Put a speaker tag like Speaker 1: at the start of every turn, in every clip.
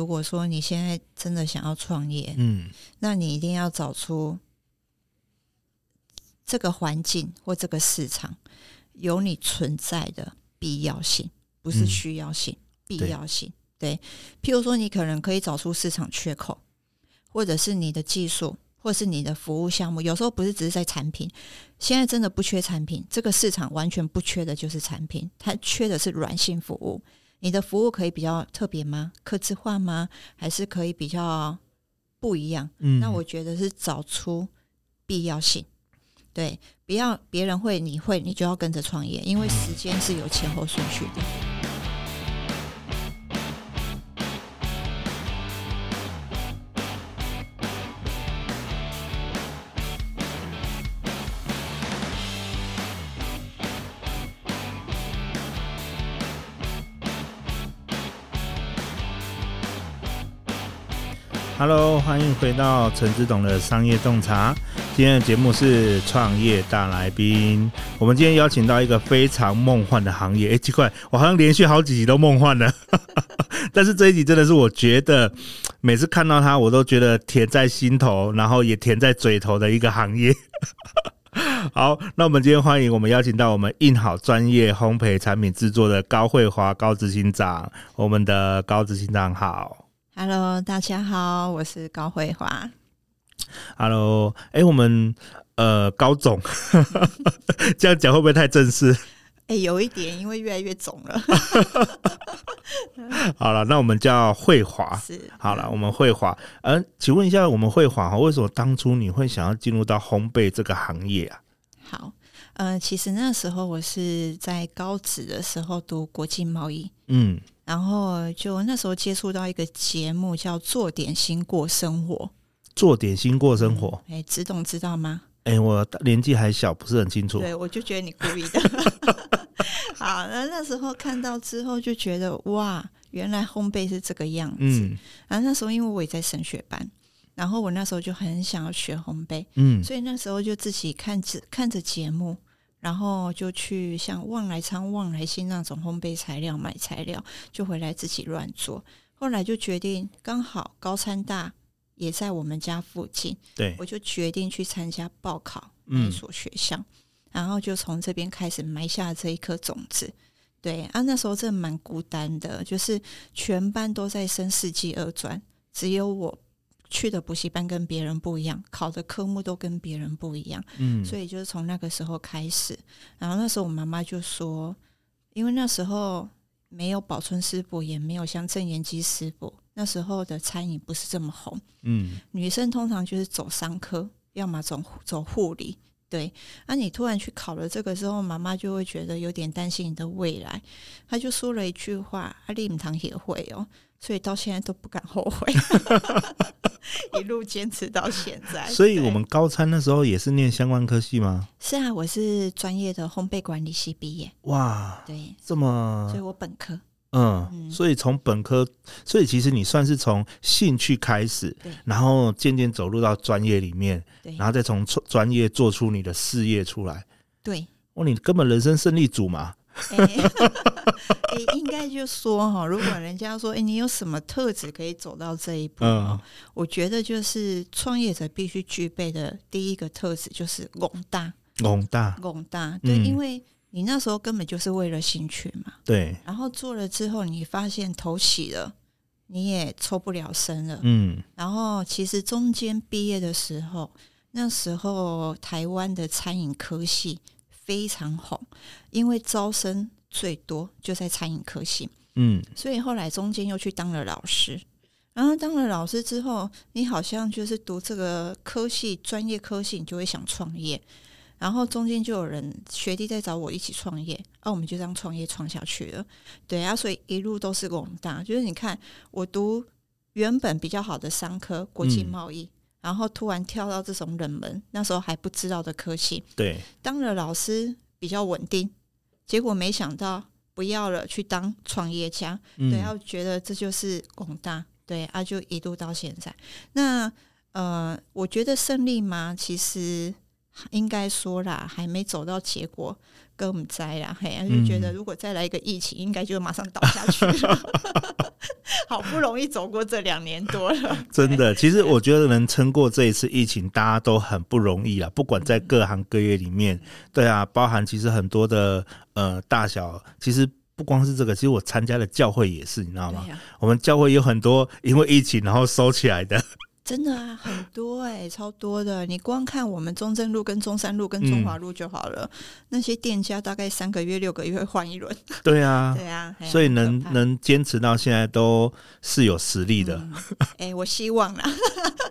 Speaker 1: 如果说你现在真的想要创业，
Speaker 2: 嗯
Speaker 1: 那你一定要找出这个环境或这个市场有你存在的必要性，不是
Speaker 2: 嗯
Speaker 1: 需要性，必要性。对，譬如说，你可能可以找出市场缺口，或者是你的技术，或是你的服务项目。有时候不是只是在产品，现在真的不缺产品，这个市场完全不缺的就是产品，它缺的是软性服务。你的服务可以比较特别吗？客制化吗？还是可以比较不一样？
Speaker 2: 嗯，
Speaker 1: 那我觉得是找出必要性，对，不要别人会，你会，你就要跟着创业，因为时间是有前后顺序的。
Speaker 2: Hello，欢迎回到陈志董的商业洞察。今天的节目是创业大来宾。我们今天邀请到一个非常梦幻的行业。诶，奇怪，我好像连续好几集都梦幻了， 但是这一集真的是我觉得每次看到它，我都觉得甜在心头，然后也甜在嘴头的一个行业。 好，那我们今天欢迎我们邀请到我们印好专业烘焙产品制作的高慧华高执行长，我们的高执行长好。
Speaker 1: Hello，大家好，我是高慧华。
Speaker 2: Hello，哎、我们呃高总， 这样讲会不会太正式？
Speaker 1: 哎、有一点，因为越来越肿了，
Speaker 2: 好了，那我们叫慧华。
Speaker 1: 是
Speaker 2: 好了，我们慧华，呃，请问一下，我们慧华哈，为什么当初你会想要进入到烘焙这个行业啊？
Speaker 1: 好。呃，其实那时候我是在高职的时候读国际贸易，
Speaker 2: 嗯
Speaker 1: 然后就那时候接触到一个节目叫《做点心过生活》。
Speaker 2: 做点心过生活。
Speaker 1: 哎、子董知道吗？
Speaker 2: 哎、我年纪还小，不是很清楚。
Speaker 1: 对，我就觉得你故意 的。好，那那时候看到之后就觉得哇，原来烘焙是这个样子。
Speaker 2: 嗯
Speaker 1: 然后那时候因为我也在升学班，然后我那时候就很想要学烘焙，
Speaker 2: 嗯
Speaker 1: 所以那时候就自己看着看着节目。然后就去像望来昌、望来新那种烘焙材料买材料，就回来自己乱做。后来就决定，刚好高参大也在我们家附近，
Speaker 2: 对，
Speaker 1: 我就决定去参加报考
Speaker 2: 嗯
Speaker 1: 那一所学校，然后就从这边开始埋下这一颗种子。对啊，那时候真的蛮孤单的，就是全班都在升四技二专，只有我去的补习班跟别人不一样，考的科目都跟别人不一样，
Speaker 2: 嗯
Speaker 1: 所以就是从那个时候开始。然后那时候我妈妈就说，因为那时候没有保存食谱，也没有像正言鸡食谱，那时候的餐饮不是这么红。
Speaker 2: 嗯
Speaker 1: 女生通常就是走商科，要么走走护理。对，那、你突然去考了这个之后，妈妈就会觉得有点担心你的未来。她就说了一句话：“啊阿丽姆堂也会哦。”所以到现在都不敢后悔， 一路坚持到现在。
Speaker 2: 所以
Speaker 1: 对
Speaker 2: 我们高参那时候也是念相关科系吗？
Speaker 1: 是啊，我是专业的烘焙管理系毕业，
Speaker 2: 哇，
Speaker 1: 对，
Speaker 2: 这
Speaker 1: 所以
Speaker 2: 么
Speaker 1: 我本科
Speaker 2: 嗯，
Speaker 1: 嗯
Speaker 2: 所以从本科，所以其实你算是从兴趣开始，
Speaker 1: 对
Speaker 2: 然后渐渐走入到专业里面，
Speaker 1: 对
Speaker 2: 然后再从专专业做出你的事业出来。
Speaker 1: 对，
Speaker 2: 哇，你根本人生胜利组嘛！
Speaker 1: 哎、哎应该就说哈，如果人家说哎、你有什么特质可以走到这一步？
Speaker 2: 嗯
Speaker 1: 我觉得就是创业者必须具备的第一个特质就是广大，
Speaker 2: 宏大，
Speaker 1: 广大。对，
Speaker 2: 嗯
Speaker 1: 因为你那时候根本就是为了兴趣嘛，
Speaker 2: 对，
Speaker 1: 然后做了之后，你发现头洗了，你也抽不了身了。
Speaker 2: 嗯
Speaker 1: 然后其实中间毕业的时候，那时候台湾的餐饮科系非常红，因为招生最多就在餐饮科系
Speaker 2: 嗯
Speaker 1: 所以后来中间又去当了老师。然后当了老师之后，你好像就是读这个科系专业科系，你就会想创业。然后中间就有人学弟在找我一起创业，啊，我们就这样创业创下去了。对啊，所以一路都是广大。就是你看，我读原本比较好的商科国际
Speaker 2: 嗯
Speaker 1: 贸易，然后突然跳到这种冷门，那时候还不知道的科系，
Speaker 2: 对，
Speaker 1: 当了老师比较稳定，结果没想到不要了，去当创业家。
Speaker 2: 嗯
Speaker 1: 对，然后觉得这就是广大，对啊，就一路到现在。那呃，我觉得胜利吗？其实应该说啦，还没走到结果，跟我们摘啦，嘿、啊，就觉
Speaker 2: 嗯
Speaker 1: 得如果再来一个疫情，应该就马上倒下去了。 好不容易走过这两年多了，
Speaker 2: 真的，其实我觉得能撑过这一次疫情，大家都很不容易啊。不管在各行各业里面，
Speaker 1: 嗯
Speaker 2: 对啊，包含其实很多的呃大小，其实不光是这个，其实我参加的教会也是，你知道吗？
Speaker 1: 对呀
Speaker 2: 我们教会有很多因为疫情然后收起来的，
Speaker 1: 真的啊，很多哎、超多的。你光看我们中正路、跟中山路、跟
Speaker 2: 嗯
Speaker 1: 中华路就好了，那些店家大概三个月、六个月会换一轮。
Speaker 2: 对啊，
Speaker 1: 对啊，嘿
Speaker 2: 所以
Speaker 1: 很可
Speaker 2: 能
Speaker 1: 怕
Speaker 2: 能坚持到现在都是有实力的。
Speaker 1: 嗯哎、我希望啦，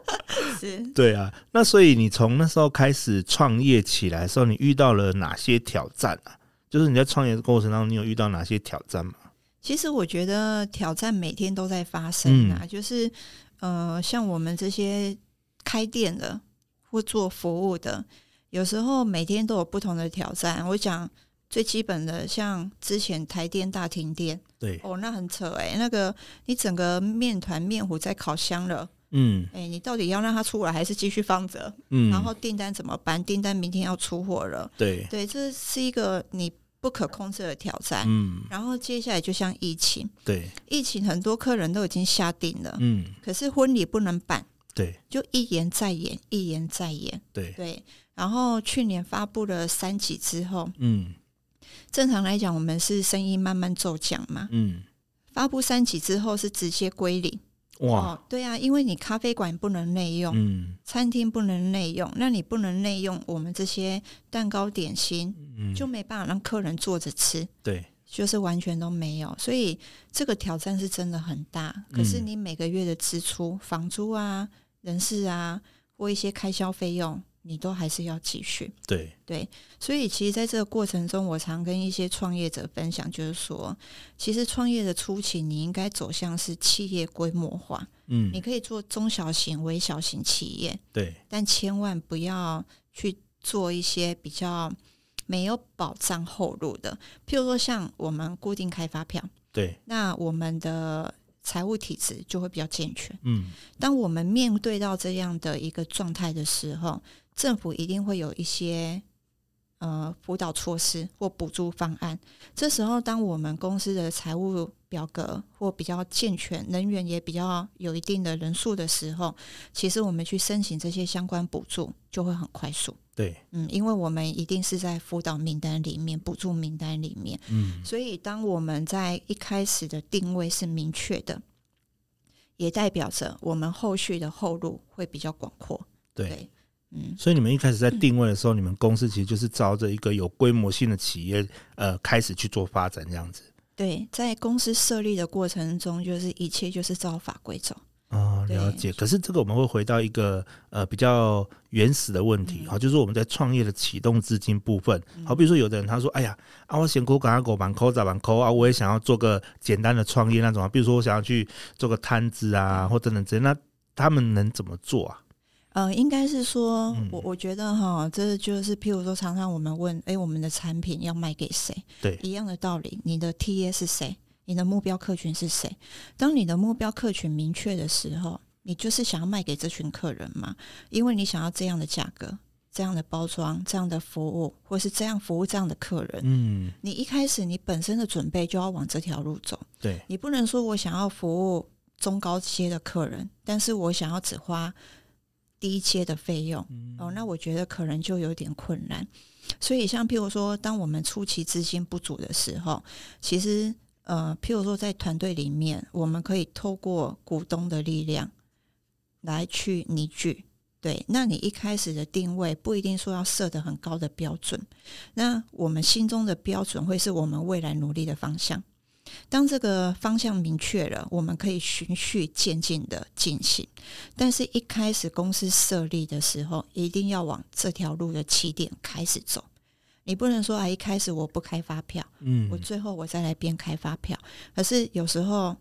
Speaker 1: 是
Speaker 2: 对啊，那所以你从那时候开始创业起来的时候，你遇到了哪些挑战啊？就是你在创业的过程当中，你有遇到哪些挑战吗？
Speaker 1: 其实我觉得挑战每天都在发生
Speaker 2: 嗯
Speaker 1: 啊，就是呃，像我们这些开店的或做服务的，有时候每天都有不同的挑战。我讲最基本的，像之前台电大停电，
Speaker 2: 对，
Speaker 1: 哦，那很扯哎、那个你整个面团面糊在烤箱了，
Speaker 2: 嗯
Speaker 1: 哎、你到底要让它出来还是继续放着？
Speaker 2: 嗯，
Speaker 1: 然后订单怎么办？订单明天要出货了，
Speaker 2: 对，
Speaker 1: 对，这是一个你不可控制的挑战。
Speaker 2: 嗯
Speaker 1: 然后接下来就像疫情，
Speaker 2: 对，
Speaker 1: 疫情很多客人都已经下定了，
Speaker 2: 嗯
Speaker 1: 可是婚礼不能办，
Speaker 2: 对
Speaker 1: 就一延再延，一延再延。
Speaker 2: 对，
Speaker 1: 对，然后去年发布了三级之后，
Speaker 2: 嗯
Speaker 1: 正常来讲我们是生意慢慢骤降嘛，
Speaker 2: 嗯，
Speaker 1: 发布三级之后是直接归零。
Speaker 2: 哇，
Speaker 1: 哦，对啊，因为你咖啡馆不能内用，
Speaker 2: 嗯
Speaker 1: 餐厅不能内用，那你不能内用我们这些蛋糕点心，
Speaker 2: 嗯，
Speaker 1: 就没办法让客人坐着吃。
Speaker 2: 对，
Speaker 1: 就是完全都没有，所以这个挑战是真的很大。可是你每个月的支出，房租啊、人事啊，或一些开销费用，你都还是要继续。
Speaker 2: 对，
Speaker 1: 所以，其实在这个过程中，我常跟一些创业者分享，就是说，其实创业的初期，你应该走向是企业规模化，
Speaker 2: 嗯
Speaker 1: 你可以做中小型、微小型企业，
Speaker 2: 对，
Speaker 1: 但千万不要去做一些比较没有保障后路的，譬如说像我们固定开发票，
Speaker 2: 对，
Speaker 1: 那我们的财务体制就会比较健全。
Speaker 2: 嗯
Speaker 1: 当我们面对到这样的一个状态的时候，政府一定会有一些呃辅导措施或补助方案。这时候，当我们公司的财务表格或比较健全，人员也比较有一定的人数的时候，其实我们去申请这些相关补助就会很快速。
Speaker 2: 对，
Speaker 1: 嗯，因为我们一定是在辅导名单里面、补助名单里面。
Speaker 2: 嗯
Speaker 1: 所以，当我们在一开始的定位是明确的，也代表着我们后续的后路会比较广阔。
Speaker 2: 对。
Speaker 1: 嗯，
Speaker 2: 所以你们一开始在定位的时候，你们公司其实就是朝着一个有规模性的企业，呃，开始去做发展这样子。
Speaker 1: 对，在公司设立的过程中，就是一切就是照法规走。
Speaker 2: 哦，
Speaker 1: 对
Speaker 2: 了解。可是这个我们会回到一个呃比较原始的问题，
Speaker 1: 嗯
Speaker 2: 好、就是我们在创业的启动资金部分，好，比如说有的人他说，哎呀，啊，我嫌苦赶阿狗蛮抠咋蛮抠啊，我也想要做个简单的创业那种啊，比如说我想要去做个摊子啊，或等等之类，那他们能怎么做啊？
Speaker 1: 呃，应该是说
Speaker 2: 嗯，
Speaker 1: 我我觉得哈，这就是譬如说，常常我们问，诶，我们的产品要卖给谁？
Speaker 2: 对
Speaker 1: 一样的道理，你的 TA 是谁？你的目标客群是谁？当你的目标客群明确的时候，你就是想要卖给这群客人嘛，因为你想要这样的价格、这样的包装、这样的服务，或是这样服务这样的客人。
Speaker 2: 嗯，
Speaker 1: 你一开始你本身的准备就要往这条路走，
Speaker 2: 对，
Speaker 1: 你不能说我想要服务中高阶的客人，但是我想要只花低阶的费用，哦，那我觉得可能就有点困难。所以，像譬如说，当我们初期资金不足的时候，其实呃，譬如说在团队里面，我们可以透过股东的力量来去凝聚。对，那你一开始的定位不一定说要设得很高的标准，那我们心中的标准会是我们未来努力的方向。当这个方向明确了，我们可以循序渐进的进行。但是，一开始公司设立的时候，一定要往这条路的起点开始走。你不能说啊，一开始我不开发票，
Speaker 2: 嗯
Speaker 1: 我，最后我再来编开发票。可是有时候，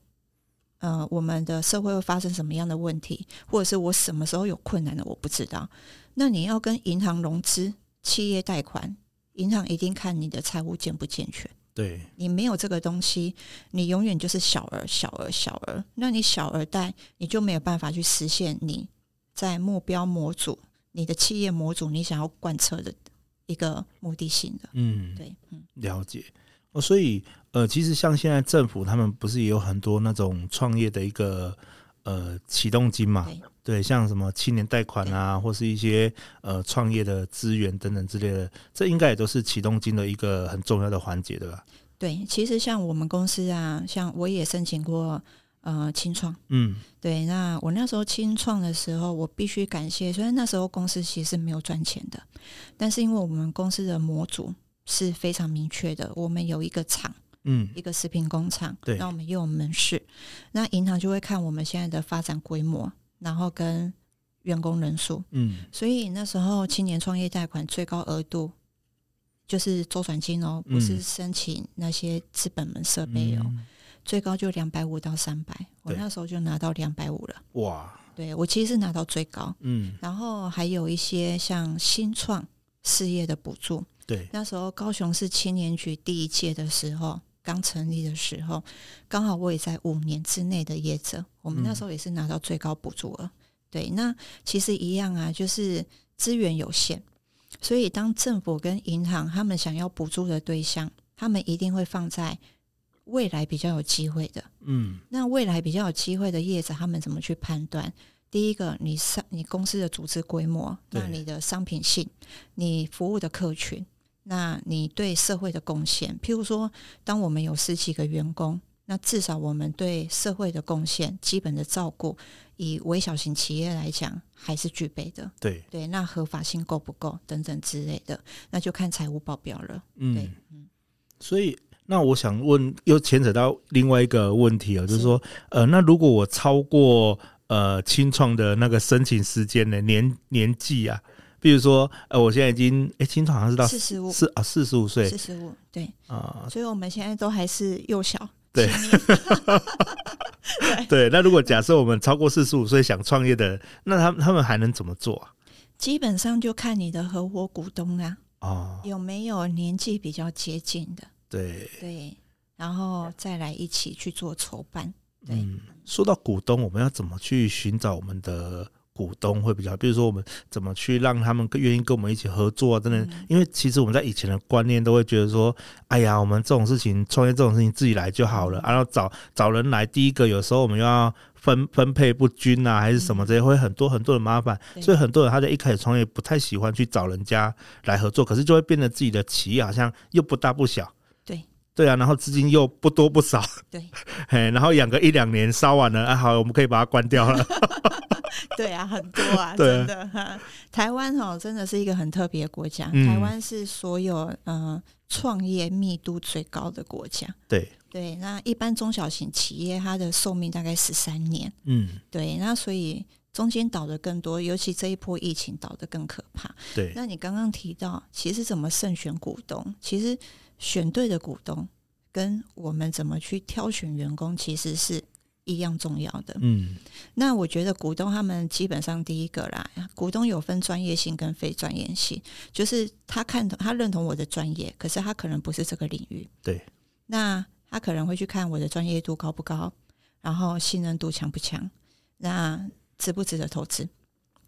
Speaker 1: 呃，我们的社会会发生什么样的问题，或者是我什么时候有困难的，我不知道。那你要跟银行融资、企业贷款，银行一定看你的财务健不健全。
Speaker 2: 对，
Speaker 1: 你没有这个东西，你永远就是小额、小额、小额。那你小额贷，你就没有办法去实现你在目标模组、你的企业模组你想要贯彻的一个目的性的。
Speaker 2: 嗯，
Speaker 1: 对，嗯，
Speaker 2: 了解。哦，所以呃，其实像现在政府他们不是也有很多那种创业的一个呃启动金嘛？
Speaker 1: 对
Speaker 2: 对，像什么青年贷款啊，或是一些呃创业的资源等等之类的，这应该也都是启动金的一个很重要的环节，对吧？
Speaker 1: 对。其实像我们公司啊，像我也申请过呃清创。
Speaker 2: 嗯，
Speaker 1: 对，那我那时候清创的时候，我必须感谢，虽然那时候公司其实是没有赚钱的，但是因为我们公司的模组是非常明确的，我们有一个厂，
Speaker 2: 嗯，
Speaker 1: 一个食品工厂，
Speaker 2: 对
Speaker 1: 那我们又有门市，那银行就会看我们现在的发展规模，然后跟员工人数，
Speaker 2: 嗯，
Speaker 1: 所以那时候青年创业贷款最高额度就是周转金哦，不是
Speaker 2: 嗯
Speaker 1: 申请那些资本门设备哦，
Speaker 2: 嗯
Speaker 1: 最高就两百五到三百，我
Speaker 2: 对
Speaker 1: 那时候就拿到两百五了。
Speaker 2: 哇，
Speaker 1: 对我其实是拿到最高，
Speaker 2: 嗯，
Speaker 1: 然后还有一些像新创事业的补助。
Speaker 2: 对，
Speaker 1: 那时候高雄市青年局第一届的时候，刚成立的时候，刚好我也在五年之内的业者，我们那时候也是拿到最高补助额。对，那其实一样啊，就是资源有限，所以当政府跟银行他们想要补助的对象，他们一定会放在未来比较有机会的。
Speaker 2: 嗯，
Speaker 1: 那未来比较有机会的业者，他们怎么去判断？第一个，你上你公司的组织规模，
Speaker 2: 对
Speaker 1: 那你的商品性，你服务的客群，那你对社会的贡献。譬如说，当我们有十几个员工，那至少我们对社会的贡献、基本的照顾，以微小型企业来讲，还是具备的。
Speaker 2: 对，
Speaker 1: 对，那合法性够不够等等之类的，那就看财务报表了。对
Speaker 2: 嗯，所以那我想问，又牵扯到另外一个问题哦，就是
Speaker 1: 是
Speaker 2: 说，呃，那如果我超过呃清创的那个申请时间的年年纪啊，比如说，呃，我现在已经，哎，清创好像是到
Speaker 1: 四十五，
Speaker 2: 四啊四十五岁
Speaker 1: 四十五，对，
Speaker 2: 啊，
Speaker 1: 所以我们现在都还是幼小。
Speaker 2: 对
Speaker 1: 青年哎
Speaker 2: 对。那如果假设我们超过四十五岁想创业的人，那他们他们还能怎么做啊？
Speaker 1: 基本上就看你的合伙股东啊，
Speaker 2: 哦，
Speaker 1: 有没有年纪比较接近的，
Speaker 2: 对，
Speaker 1: 对，然后再来一起去做筹 办。对
Speaker 2: 嗯，说到股东，我们要怎么去寻找我们的股东会比较好？比如说，我们怎么去让他们更愿意跟我们一起合作啊？真的，
Speaker 1: 嗯
Speaker 2: 因为其实我们在以前的观念都会觉得说，哎呀，我们这种事情，创业这种事情自己来就好了，啊然后找找人来，第一个有时候我们又要分分配不均啊，还是什么这些，会很多很多的麻烦。
Speaker 1: 嗯对
Speaker 2: 所以很多人他在一开始创业不太喜欢去找人家来合作，可是就会变得自己的企业好像又不大不小。
Speaker 1: 对
Speaker 2: 对啊，然后资金又不多不少，
Speaker 1: 对
Speaker 2: 嘿，然后养个一两年，烧完了，啊，好，我们可以把它关 掉了。
Speaker 1: 对啊，很多啊，
Speaker 2: 对
Speaker 1: 真的。哈台湾哦，真的是一个很特别的国家。
Speaker 2: 嗯
Speaker 1: 台湾是所有呃创业密度最高的国家。
Speaker 2: 对，
Speaker 1: 对，那一般中小型企业它的寿命大概十三年。
Speaker 2: 嗯，
Speaker 1: 对，那所以中间倒的更多，尤其这一波疫情倒的更可怕。
Speaker 2: 对，
Speaker 1: 那你刚刚提到，其实怎么慎选股东，其实选对的股东跟我们怎么去挑选员工，其实是一样重要的。
Speaker 2: 嗯，
Speaker 1: 那我觉得股东他们基本上第一个啦，股东有分专业性跟非专业性，就是他看懂他认同我的专业，可是他可能不是这个领域。
Speaker 2: 对，
Speaker 1: 那他可能会去看我的专业度高不高，然后信任度强不强，那值不值得投资？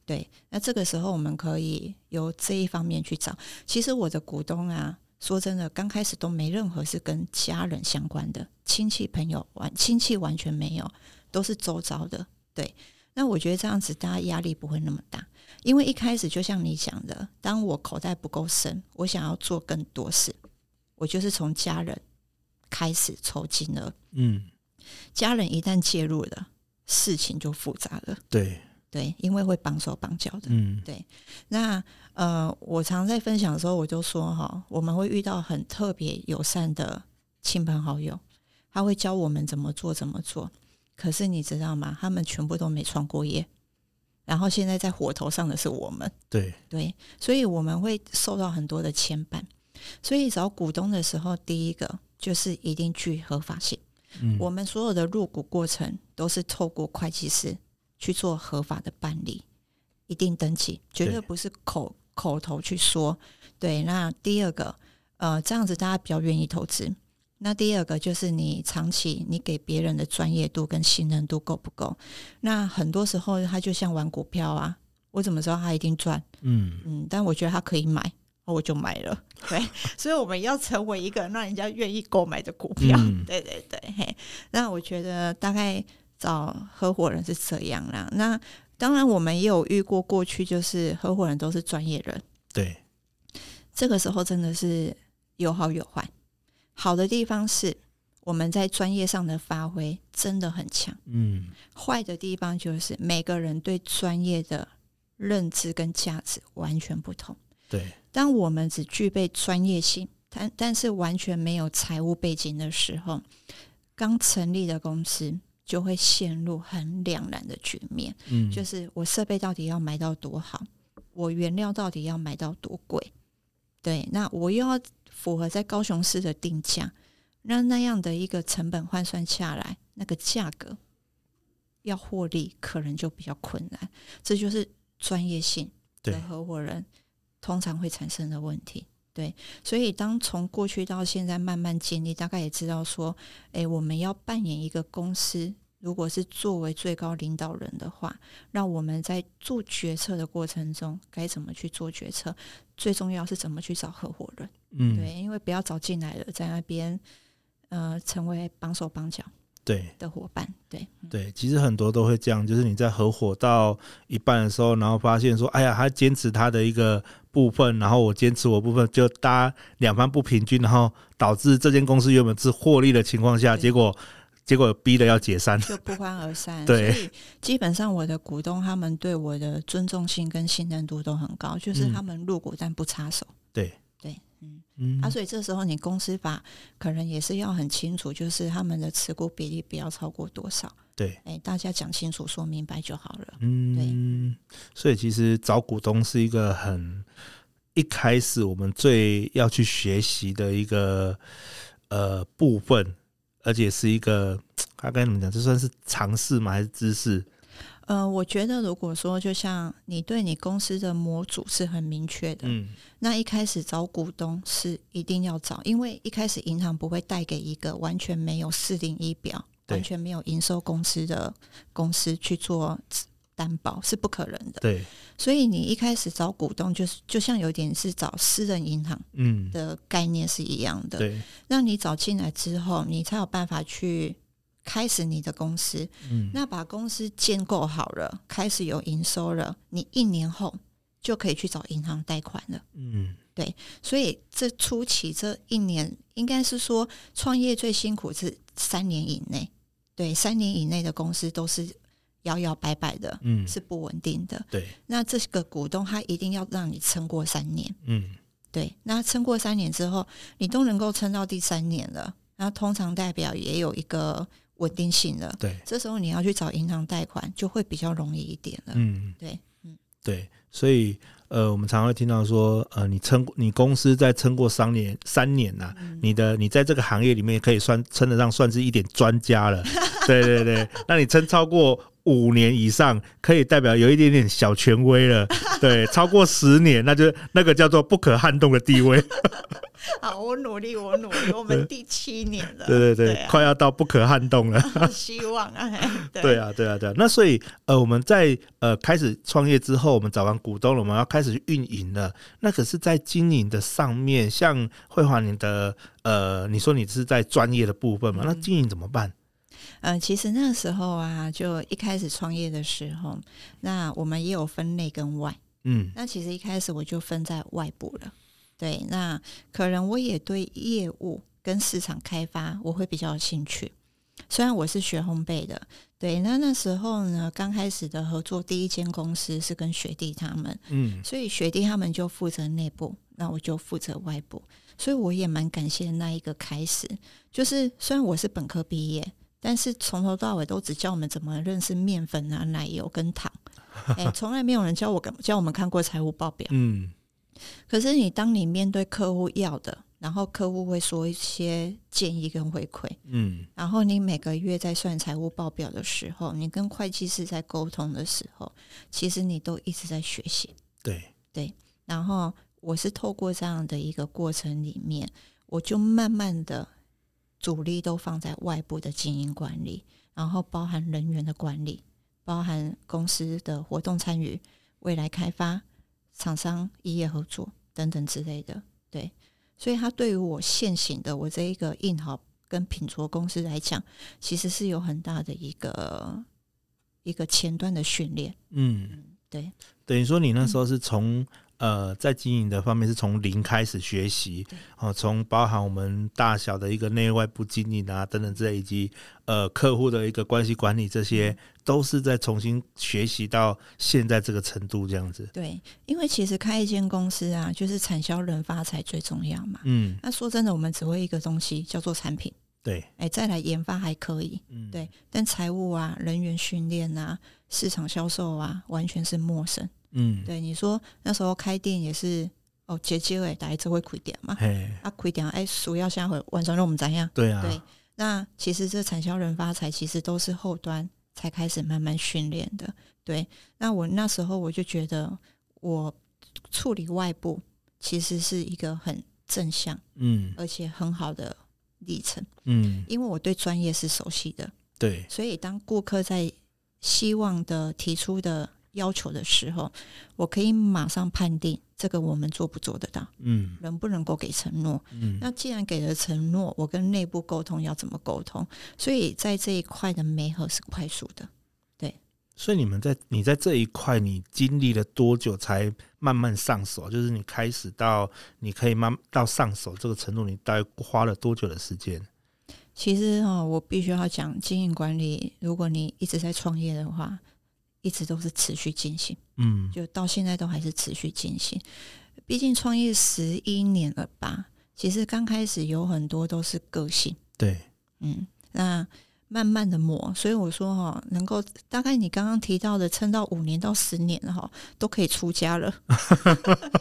Speaker 1: 对，那这个时候我们可以由这一方面去找。其实我的股东啊，说真的，刚开始都没任何是跟家人相关的，亲戚朋友完亲戚完全没有，都是周遭的。对，那我觉得这样子大家压力不会那么大，因为一开始就像你讲的，当我口袋不够深，我想要做更多事，我就是从家人开始抽金额。
Speaker 2: 嗯，
Speaker 1: 家人一旦介入了，事情就复杂了。
Speaker 2: 对，
Speaker 1: 对，因为会绑手绑脚的。
Speaker 2: 嗯，
Speaker 1: 那呃，我常在分享的时候，我就说哈，我们会遇到很特别友善的亲朋好友，他会教我们怎么做怎么做。可是你知道吗？他们全部都没创过业，然后现在在火头上的是我们，
Speaker 2: 对，
Speaker 1: 对，所以我们会受到很多的牵绊。所以找股东的时候，第一个就是一定具合法性。
Speaker 2: 嗯，
Speaker 1: 我们所有的入股过程都是透过会计师去做合法的办理，一定登记，绝
Speaker 2: 对
Speaker 1: 对不是口口头去说。对，那第二个，呃，这样子大家比较愿意投资。那第二个就是你长期你给别人的专业度跟信任度够不够？那很多时候他就像玩股票啊，我怎么知道他一定赚？
Speaker 2: 嗯，
Speaker 1: 嗯，但我觉得他可以买，哦我就买了。对， 所以我们要成为一个让人家愿意购买的股票。
Speaker 2: 嗯
Speaker 1: 对对对，嘿，那我觉得大概找合伙人是这样啦。那当然，我们也有遇过过去就是合伙人都是专业人。
Speaker 2: 对，
Speaker 1: 这个时候真的是有好有坏。好的地方是我们在专业上的发挥真的很强，
Speaker 2: 嗯，
Speaker 1: 坏的地方就是每个人对专业的认知跟价值完全不同。
Speaker 2: 对，
Speaker 1: 当我们只具备专业性，但但是完全没有财务背景的时候，刚成立的公司就会陷入很两难的局面。
Speaker 2: 嗯，
Speaker 1: 就是我设备到底要买到多好，我原料到底要买到多贵，对，那我又要符合在高雄市的定价，那那样的一个成本换算下来，那个价格要获利可能就比较困难，这就是专业性
Speaker 2: 对
Speaker 1: 的合伙人通常会产生的问题。对，所以当从过去到现在慢慢建立，大概也知道说，诶，我们要扮演一个公司，如果是作为最高领导人的话，那我们在做决策的过程中该怎么去做决策？最重要是怎么去找合伙人？
Speaker 2: 嗯，
Speaker 1: 对，因为不要找进来了，在那边呃成为帮手帮脚
Speaker 2: 对，
Speaker 1: 的伙伴。对，
Speaker 2: 对，其实很多都会这样，就是你在合伙到一半的时候，然后发现说，哎呀，他坚持他的一个部分，然后我坚持我部分，就大家两方不平均，然后导致这间公司原本是获利的情况下，
Speaker 1: 对
Speaker 2: 结果结果逼的要解散。
Speaker 1: 就不欢而 散。
Speaker 2: 对
Speaker 1: 所以基本上我的股东他们对我的尊重性跟信任度都很高，就是
Speaker 2: 嗯
Speaker 1: 他们入股但不插手。
Speaker 2: 对
Speaker 1: 对，嗯，
Speaker 2: 嗯，
Speaker 1: 啊，所以这时候你公司法可能也是要很清楚，就是他们的持股比例不要超过多少。
Speaker 2: 对，
Speaker 1: 哎，大家讲清楚、说明白就好了。
Speaker 2: 嗯，所以其实找股东是一个很一开始我们最要去学习的一个呃部分，而且是一个他该怎么讲？这算是尝试吗？还是知识？
Speaker 1: 呃，我觉得如果说就像你对你公司的模组是很明确的，
Speaker 2: 嗯，
Speaker 1: 那一开始找股东是一定要找，因为一开始银行不会带给一个完全没有四零一表、
Speaker 2: 对
Speaker 1: 完全没有营收公司的公司去做担保是不可能的。
Speaker 2: 对，
Speaker 1: 所以你一开始找股东，就是就像有点是找私人银行
Speaker 2: 嗯，
Speaker 1: 的概念是一样的。
Speaker 2: 对，
Speaker 1: 那你找进来之后，你才有办法去开始你的公司。
Speaker 2: 嗯，
Speaker 1: 那把公司建构好了，开始有营收了，你一年后就可以去找银行贷款了。
Speaker 2: 嗯，
Speaker 1: 所以这初期这一年，应该是说创业最辛苦是三年以内，对，三年以内的公司都是摇摇摆摆的，
Speaker 2: 嗯，
Speaker 1: 是不稳定的。
Speaker 2: 对，
Speaker 1: 那这个股东他一定要让你撑过三年。
Speaker 2: 嗯，
Speaker 1: 对，那撑过三年之后，你都能够撑到第三年了，那通常代表也有一个稳定性了。
Speaker 2: 对，
Speaker 1: 这时候你要去找银行贷款，就会比较容易一点了。
Speaker 2: 嗯，
Speaker 1: 呃对，嗯，
Speaker 2: 对，所以呃，我们常会听到说，呃，你撑过，你公司在撑过三年，三年呐、
Speaker 1: 嗯
Speaker 2: 你的你在这个行业里面可以算称得上算是一点专家了。 对对对，那你撑超过五年以上，可以代表有一点点小权威了。对，超过十年，那就那个叫做不可撼动的地位。
Speaker 1: 好，我努力，我努力，我们第七年了，
Speaker 2: 对对对，
Speaker 1: 对啊
Speaker 2: 快要到不可撼动了。
Speaker 1: 希望啊， 对
Speaker 2: 对啊，对啊，对啊。那所以呃，我们在呃开始创业之后，我们找完股东了，我们要开始去运营了。那可是，在经营的上面，像慧华你的呃，你说你是在专业的部分嘛？那经营怎么办？
Speaker 1: 呃，其实那时候啊，就一开始创业的时候，那我们也有分内跟外。
Speaker 2: 嗯，
Speaker 1: 那其实一开始我就分在外部了。对，那可能我也对业务跟市场开发我会比较有兴趣。虽然我是学烘焙的，对，那那时候呢，刚开始的合作第一间公司是跟学弟他们，
Speaker 2: 嗯，
Speaker 1: 所以学弟他们就负责内部，那我就负责外部，所以我也蛮感谢那一个开始。就是虽然我是本科毕业，但是从头到尾都只教我们怎么认识面粉啊、奶油跟糖，哎、从来没有人教我教我们看过财务报表。
Speaker 2: 嗯，
Speaker 1: 可是你当你面对客户要的，然后客户会说一些建议跟回馈，
Speaker 2: 嗯，
Speaker 1: 然后你每个月在算财务报表的时候，你跟会计师在沟通的时候，其实你都一直在学习。
Speaker 2: 对，
Speaker 1: 然后我是透过这样的一个过程里面，我就慢慢的主力都放在外部的经营管理，然后包含人员的管理，包含公司的活动参与、未来开发、厂商异业合作。等等之类的。对，所以它对于我现行的我这一个印好跟品卓公司来讲，其实是有很大的一个一个前端的训练。
Speaker 2: 嗯，
Speaker 1: 对，
Speaker 2: 等于说你
Speaker 1: 嗯
Speaker 2: 那时候是从、呃在经营的方面是从零开始学习
Speaker 1: 对，
Speaker 2: 哦，从包含我们大小的一个内外部经营啊等等之类，以及呃客户的一个关系管理，这
Speaker 1: 嗯
Speaker 2: 些都是在重新学习到现在这个程度这样子。
Speaker 1: 对，因为其实开一间公司啊，就是产销人发财最重要嘛。
Speaker 2: 嗯，
Speaker 1: 那说真的，我们只会一个东西叫做产品，
Speaker 2: 对，
Speaker 1: 哎，再来研发还可以，
Speaker 2: 嗯，
Speaker 1: 对，但财务啊、人员训练啊、市场销售啊，完全是陌生。
Speaker 2: 嗯，
Speaker 1: 对，你说那时候开店也是哦，姐姐哎，大家会亏点嘛，
Speaker 2: 嘿，
Speaker 1: 啊亏点哎，暑要下回晚上让我们怎样？
Speaker 2: 对啊，
Speaker 1: 对，那其实这产销人发财其实都是后端才开始慢慢训练的。对，那我那时候我就觉得我处理外部其实是一个很正向
Speaker 2: 嗯
Speaker 1: 而且很好的历程，
Speaker 2: 嗯，
Speaker 1: 因为我对专业是熟悉的。
Speaker 2: 对，
Speaker 1: 所以当顾客在希望的提出的要求的时候，我可以马上判定这个我们做不做得到，
Speaker 2: 嗯
Speaker 1: 能不能够给承诺。
Speaker 2: 嗯，
Speaker 1: 那既然给了承诺，我跟内部沟通要怎么沟通？所以在这一块的媒合是快速的。
Speaker 2: 所以你们在你在这一块，你经历了多久才慢慢上手？就是你开始到你可以慢到上手这个程度，你大概花了多久的时间？
Speaker 1: 其实哈、哦，我必须要讲经营管理，如果你一直在创业的话，一直都是持续进行，
Speaker 2: 嗯，
Speaker 1: 就到现在都还是持续进行。毕竟创业十一年了吧，其实刚开始有很多都是个性。
Speaker 2: 对，
Speaker 1: 嗯，那慢慢的磨，所以我说哈、能够大概你刚刚提到的，撑到五年到十年哈、都可以出家了。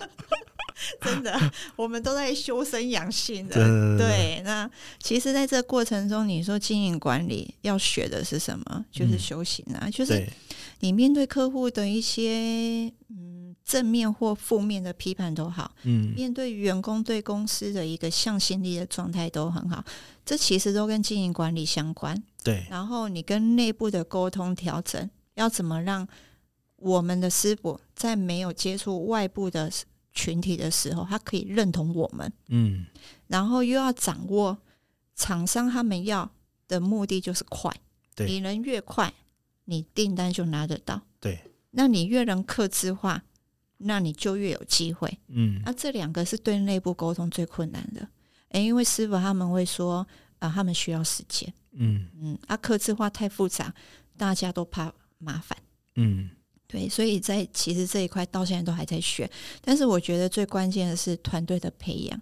Speaker 1: 真的，我们都在修身养性 的。
Speaker 2: 对
Speaker 1: 对，那其实在这过程中，你说经营管理要学的是什么？就是修行啊，就是
Speaker 2: 对，
Speaker 1: 你面对客户的一些嗯正面或负面的批判都好，
Speaker 2: 嗯
Speaker 1: 面对员工对公司的一个向心力的状态都很好，这其实都跟经营管理相关。
Speaker 2: 对，
Speaker 1: 然后你跟内部的沟通调整，要怎么让我们的师傅在没有接触外部的群体的时候，他可以认同我们，
Speaker 2: 嗯
Speaker 1: 然后又要掌握厂商他们要的目的就是快，
Speaker 2: 对
Speaker 1: 你人越快，你订单就拿得到，
Speaker 2: 对，
Speaker 1: 那你越能克制化，那你就越有机会。
Speaker 2: 嗯
Speaker 1: 那这两个是对内部沟通最困难的，诶，因为师傅他们会说，啊、他们需要时间，
Speaker 2: 嗯
Speaker 1: 嗯，啊，刻字化太复杂，大家都怕麻烦，
Speaker 2: 嗯
Speaker 1: 对，所以在其实这一块到现在都还在学，但是我觉得最关键的是团队的培养，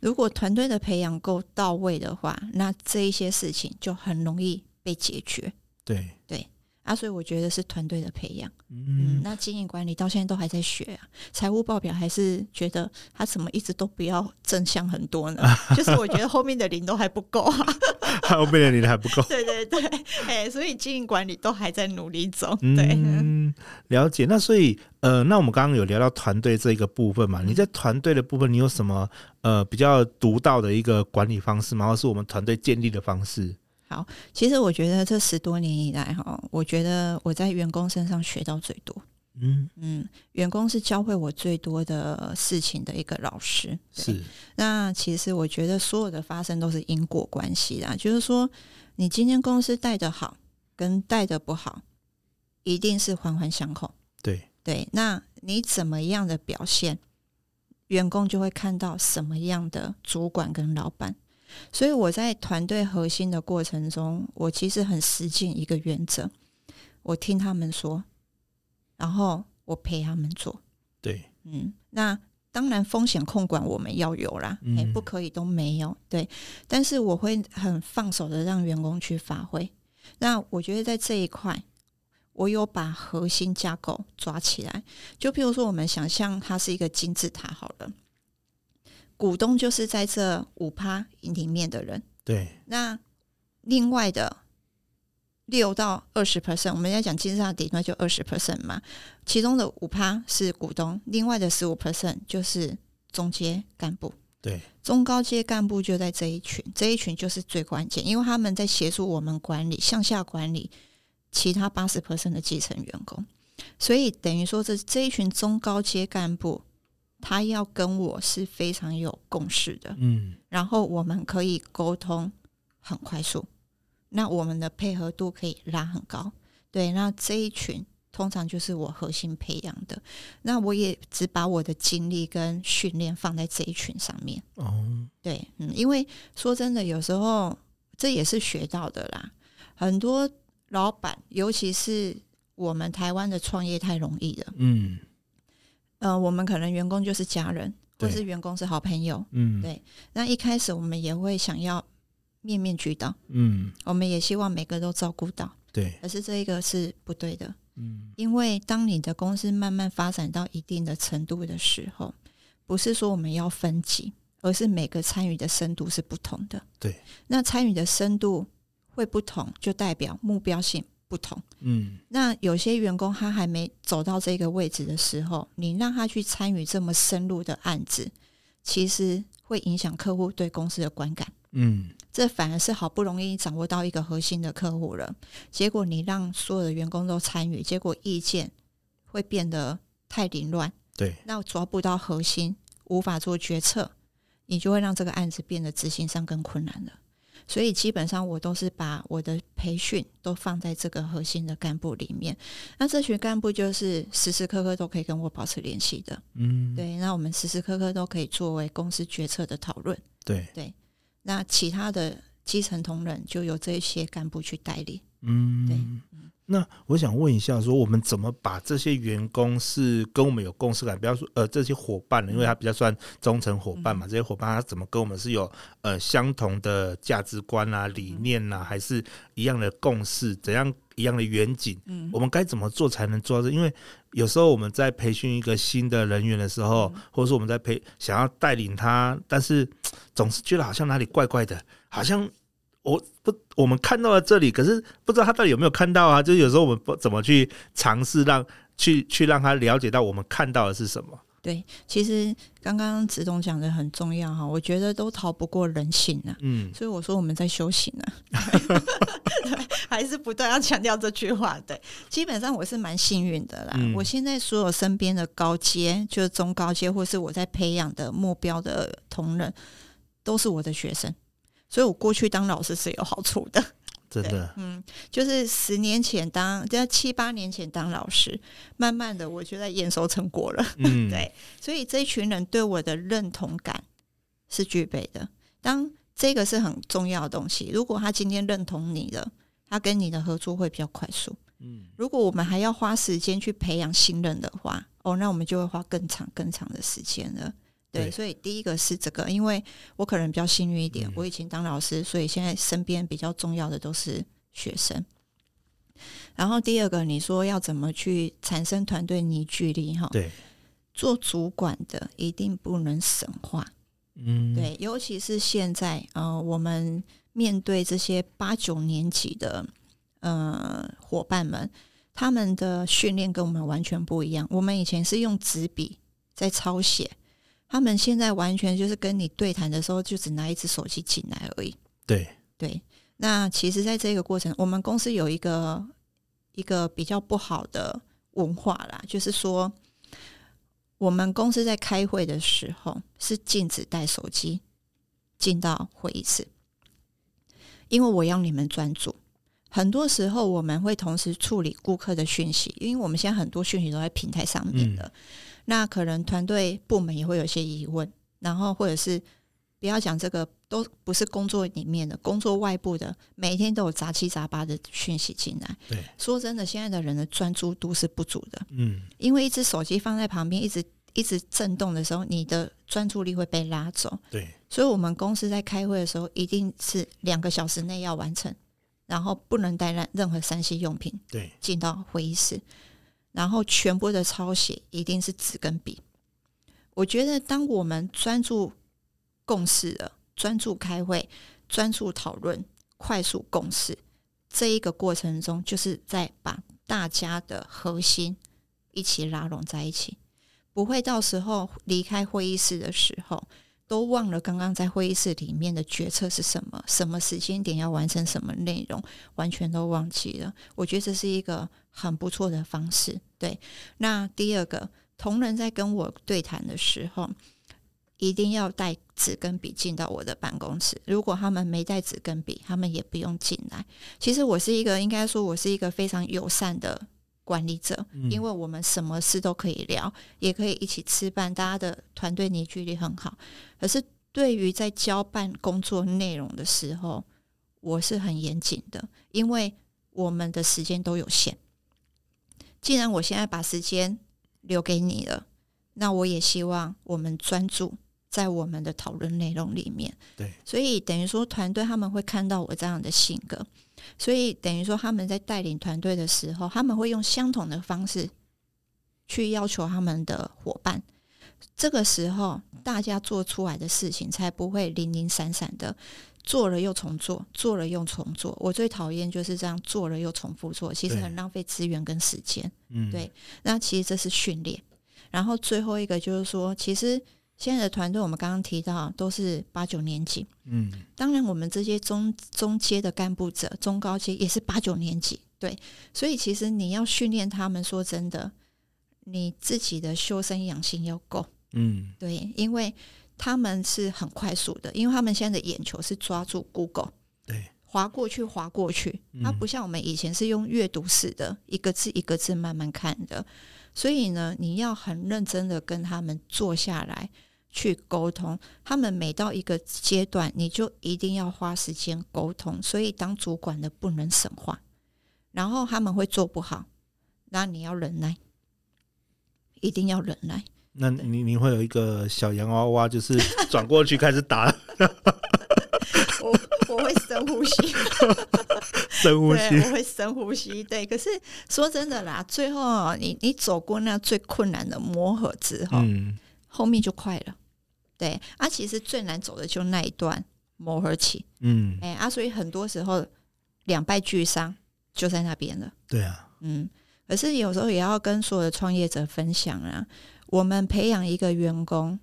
Speaker 1: 如果团队的培养够到位的话，那这一些事情就很容易被解决
Speaker 2: 对，
Speaker 1: 啊，所以我觉得是团队的培养。嗯，
Speaker 2: 嗯
Speaker 1: 那经营管理到现在都还在学啊，财务报表还是觉得他怎么一直都不要正向很多 呢？就是我觉得后面的零都还不够啊。
Speaker 2: 后面的你的还不够。
Speaker 1: 对对对，哎、所以经营管理都还在努力中。对，
Speaker 2: 嗯，了解。那所以，呃，那我们刚刚有聊到团队这个部分嘛？你在团队的部分，你有什么呃比较独到的一个管理方式吗？或是我们团队建立的方式？
Speaker 1: 其实我觉得这十多年以来哈，我觉得我在员工身上学到最多。
Speaker 2: 嗯，
Speaker 1: 嗯，员工是教会我最多的事情的一个老师。对
Speaker 2: 是，
Speaker 1: 那其实我觉得所有的发生都是因果关系啦，就是说你今天公司带的好跟带的不好，一定是环环相扣。
Speaker 2: 对，
Speaker 1: 对，那你怎么样的表现，员工就会看到什么样的主管跟老板。所以我在团队核心的过程中，我其实很实践一个原则，我听他们说，然后我陪他们做。
Speaker 2: 对，
Speaker 1: 嗯，那当然风险控管我们要有啦，哎、
Speaker 2: 嗯
Speaker 1: 不可以都没有。对，但是我会很放手的让员工去发挥。那我觉得在这一块，我有把核心架构抓起来。就譬如说，我们想象它是一个金字塔好了，股东就是在这五趴里面的人，
Speaker 2: 对，
Speaker 1: 那另外的六到二十 percent，我们要讲金字塔顶端就二十 percent 嘛，其中的五趴是股东，另外的十五 percent 就是中阶干部。
Speaker 2: 对，
Speaker 1: 中高阶干部就在这一群，这一群就是最关键，因为他们在协助我们管理向下管理其他八十 percent 的基层员工，所以等于说这这一群中高阶干部，他要跟我是非常有共识的，
Speaker 2: 嗯，
Speaker 1: 然后我们可以沟通很快速，那我们的配合度可以拉很高。对，那这一群通常就是我核心培养的，那我也只把我的精力跟训练放在这一群上面。
Speaker 2: 哦，
Speaker 1: 对，嗯，因为说真的，有时候这也是学到的啦。很多老板，尤其是我们台湾的创业太容易了。
Speaker 2: 嗯
Speaker 1: 呃，我们可能员工就是家人，或
Speaker 2: 对
Speaker 1: 是员工是好朋友。
Speaker 2: 嗯，
Speaker 1: 对那一开始我们也会想要面面俱到，
Speaker 2: 嗯，
Speaker 1: 我们也希望每个都照顾到。
Speaker 2: 对，
Speaker 1: 可是这一个是不对的，
Speaker 2: 嗯
Speaker 1: 因为当你的公司慢慢发展到一定的程度的时候，不是说我们要分级，而是每个参与的深度是不同的。
Speaker 2: 对，
Speaker 1: 那参与的深度会不同，就代表目标性不同。
Speaker 2: 嗯
Speaker 1: 那有些员工他还没走到这个位置的时候，你让他去参与这么深入的案子，其实会影响客户对公司的观感。
Speaker 2: 嗯，
Speaker 1: 这反而是好不容易掌握到一个核心的客户了，结果你让所有的员工都参与，结果意见会变得太凌乱，
Speaker 2: 对，
Speaker 1: 那抓不到核心，无法做决策，你就会让这个案子变得执行上更困难了。所以基本上我都是把我的培训都放在这个核心的干部里面，那这群干部就是时时刻刻都可以跟我保持联系的，
Speaker 2: 嗯
Speaker 1: 对，那我们时时刻刻都可以作为公司决策的讨论。
Speaker 2: 对，
Speaker 1: 那其他的基层同仁就由这些干部去代理。
Speaker 2: 嗯，那我想问一下，说我们怎么把这些员工是跟我们有共识感？不要说呃这些伙伴了，因为他比较算忠诚伙伴嘛，
Speaker 1: 嗯
Speaker 2: 这些伙伴他怎么跟我们是有呃相同的价值观
Speaker 1: 嗯
Speaker 2: 啊、理念啊，还是一样的共识？怎样一样的远景？
Speaker 1: 嗯
Speaker 2: 我们该怎么做才能做到这？因为有时候我们在培训一个新的人员的时候，
Speaker 1: 嗯
Speaker 2: 或者说我们在培想要带领他，但是嘖总是觉得好像哪里怪怪的，好像我不我们看到了这里，可是不知道他到底有没有看到啊？就是有时候我们不怎么去尝试让去去让他了解到我们看到的是什么。
Speaker 1: 对，其实刚刚子董讲的很重要哈，我觉得都逃不过人性啊。
Speaker 2: 嗯
Speaker 1: 所以我说我们在修行呢、还是不断要强调这句话。对，基本上我是蛮幸运的啦。
Speaker 2: 嗯
Speaker 1: 我现在所有身边的高阶，就是中高阶，或是我在培养的目标的同仁，都是我的学生，所以我过去当老师是有好处的。
Speaker 2: 真的，
Speaker 1: 嗯，就是十年前当，在七八年前当老师，慢慢的我就在验收成果了。
Speaker 2: 嗯，
Speaker 1: 对，所以这一群人对我的认同感是具备的。当这个是很重要的东西，如果他今天认同你了，他跟你的合作会比较快速。
Speaker 2: 嗯
Speaker 1: 如果我们还要花时间去培养信任的话，哦，那我们就会花更长、更长的时间了。对，
Speaker 2: 对
Speaker 1: 所以第一个是这个，因为我可能比较幸运一点，
Speaker 2: 嗯
Speaker 1: 我以前当老师，所以现在身边比较重要的都是学生。然后第二个，你说要怎么去产生团队凝聚力？哈，
Speaker 2: 对，
Speaker 1: 做主管的一定不能神化，
Speaker 2: 嗯，
Speaker 1: 对，尤其是现在，呃，我们面对这些八九年级的呃伙伴们，他们的训练跟我们完全不一样。我们以前是用纸笔在抄写，他们现在完全就是跟你对谈的时候，就只拿一只手机进来而已。
Speaker 2: 对，
Speaker 1: 对，那其实，在这个过程，我们公司有一个一个比较不好的文化啦，就是说，我们公司在开会的时候是禁止带手机进到会议室，因为我要你们专注。很多时候我们会同时处理顾客的讯息，因为我们现在很多讯息都在平台上面的，那可能团队部门也会有一些疑问，然后或者是不要讲这个，都不是工作里面的，工作外部的，每天都有杂七杂八的讯息进来。
Speaker 2: 对，
Speaker 1: 说真的，现在的人的专注度是不足的，
Speaker 2: 嗯
Speaker 1: 因为一只手机放在旁边，一直一直震动的时候，你的专注力会被拉走。
Speaker 2: 对，
Speaker 1: 所以我们公司在开会的时候，一定是两个小时内要完成，然后不能带任任何三 C 用品
Speaker 2: 对，
Speaker 1: 进到会议室，然后全部的抄写一定是纸跟笔。我觉得，当我们专注共识了，专注开会，专注讨论，快速共识，这一个过程中，就是在把大家的核心一起拉拢在一起，不会到时候离开会议室的时候。都忘了刚刚在会议室里面的决策是什么，什么时间点要完成什么内容，完全都忘记了。我觉得这是一个很不错的方式。对，那第二个，同仁在跟我对谈的时候，一定要带纸跟笔进到我的办公室。如果他们没带纸跟笔，他们也不用进来。其实我是一个，应该说我是一个非常友善的管理者，
Speaker 2: 嗯
Speaker 1: 因为我们什么事都可以聊，也可以一起吃饭，大家的团队凝聚力很好。可是对于在交办工作内容的时候，我是很严谨的，因为我们的时间都有限。既然我现在把时间留给你了，那我也希望我们专注在我们的讨论内容里面。
Speaker 2: 对，
Speaker 1: 所以等于说团队他们会看到我这样的性格，所以等于说他们在带领团队的时候，他们会用相同的方式去要求他们的伙伴。这个时候，大家做出来的事情才不会零零散散的，做了又重做，做了又重做。我最讨厌就是这样做了又重复做，其实
Speaker 2: 对
Speaker 1: 很浪费资源跟时间。
Speaker 2: 嗯，
Speaker 1: 对那其实这是训练。然后最后一个就是说，其实现在的团队我们刚刚提到都是八九年级，
Speaker 2: 嗯，
Speaker 1: 当然我们这些中中阶的干部者、中高阶也是八九年级，对。所以其实你要训练他们，说真的，你自己的修身养性要够，
Speaker 2: 嗯，
Speaker 1: 对，因为他们是很快速的，因为他们现在的眼球是抓住 Google。
Speaker 2: 对，
Speaker 1: 划过去，划过去，
Speaker 2: 嗯
Speaker 1: 它不像我们以前是用阅读式的，一个字一个字慢慢看的。所以呢，你要很认真的跟他们坐下来去沟通。他们每到一个阶段，你就一定要花时间沟通。所以当主管的不能神话，然后他们会做不好，那你要忍耐，一定要忍耐。
Speaker 2: 那你你会有一个小洋娃娃，就是转过去开始打
Speaker 1: 我我会深呼吸。
Speaker 2: 深呼吸
Speaker 1: 对，，我会深呼吸。对，可是说真的啦，最后哦你你走过那最困难的磨合之后，
Speaker 2: 嗯，
Speaker 1: 后面就快了。对啊，其实最难走的就那一段磨合期。
Speaker 2: 嗯，
Speaker 1: 哎、啊，所以很多时候两败俱伤就在那边了。
Speaker 2: 对啊，
Speaker 1: 嗯，可是有时候也要跟所有的创业者分享啊，我们培养一个员工，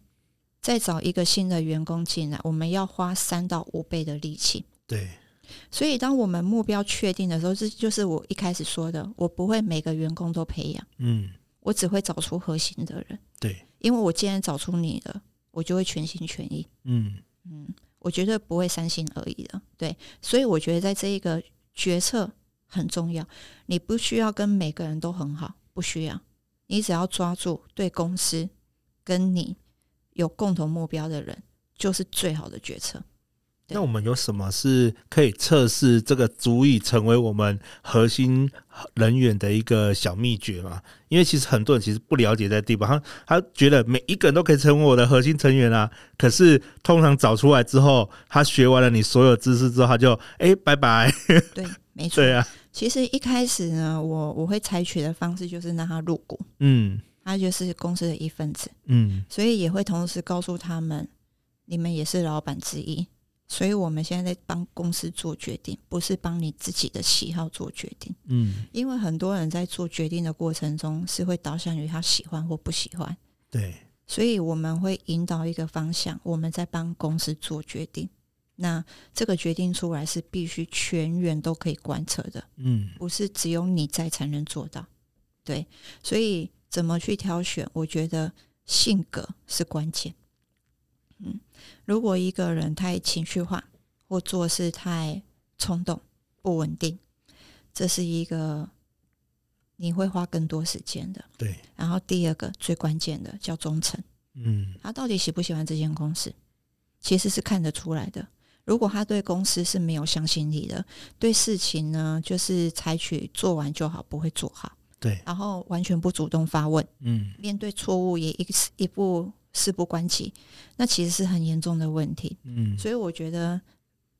Speaker 1: 再找一个新的员工进来，我们要花三到五倍的力气。
Speaker 2: 对，
Speaker 1: 所以，当我们目标确定的时候，这就是我一开始说的，我不会每个员工都培养，
Speaker 2: 嗯，
Speaker 1: 我只会找出核心的人。
Speaker 2: 对，
Speaker 1: 因为我既然找出你了，我就会全心全意，
Speaker 2: 嗯，
Speaker 1: 嗯，我绝对不会三心二意的。对，所以我觉得在这一个决策很重要，你不需要跟每个人都很好，不需要，你只要抓住对公司跟你有共同目标的人，就是最好的决策。对
Speaker 2: 那我们有什么是可以测试这个足以成为我们核心人员的一个小秘诀吗？因为其实很多人其实不了解这地方，他他觉得每一个人都可以成为我的核心成员啊。可是通常找出来之后，他学完了你所有知识之后，他就哎、拜拜，
Speaker 1: 对，没错。
Speaker 2: 对啊，
Speaker 1: 其实一开始呢，我我会采取的方式就是让他入股，
Speaker 2: 嗯
Speaker 1: 他就是公司的一份子，
Speaker 2: 嗯
Speaker 1: 所以也会同时告诉他们，你们也是老板之一，所以我们现在在帮公司做决定，不是帮你自己的喜好做决定，
Speaker 2: 嗯，
Speaker 1: 因为很多人在做决定的过程中是会导向于他喜欢或不喜欢，
Speaker 2: 对，
Speaker 1: 所以我们会引导一个方向，我们在帮公司做决定。那这个决定出来是必须全员都可以贯彻的，
Speaker 2: 嗯
Speaker 1: 不是只有你在才能做到。对，所以怎么去挑选，我觉得性格是关键。嗯，如果一个人太情绪化或做事太冲动、不稳定，这是一个你会花更多时间的。
Speaker 2: 对，
Speaker 1: 然后第二个最关键的叫忠诚。
Speaker 2: 嗯
Speaker 1: 他到底喜不喜欢这间公司，其实是看得出来的。如果他对公司是没有相信力的，对事情呢就是采取做完就好，不会做好，
Speaker 2: 对，
Speaker 1: 然后完全不主动发问，
Speaker 2: 嗯
Speaker 1: 面对错误也一一步事不关己，那其实是很严重的问题。
Speaker 2: 嗯，
Speaker 1: 所以我觉得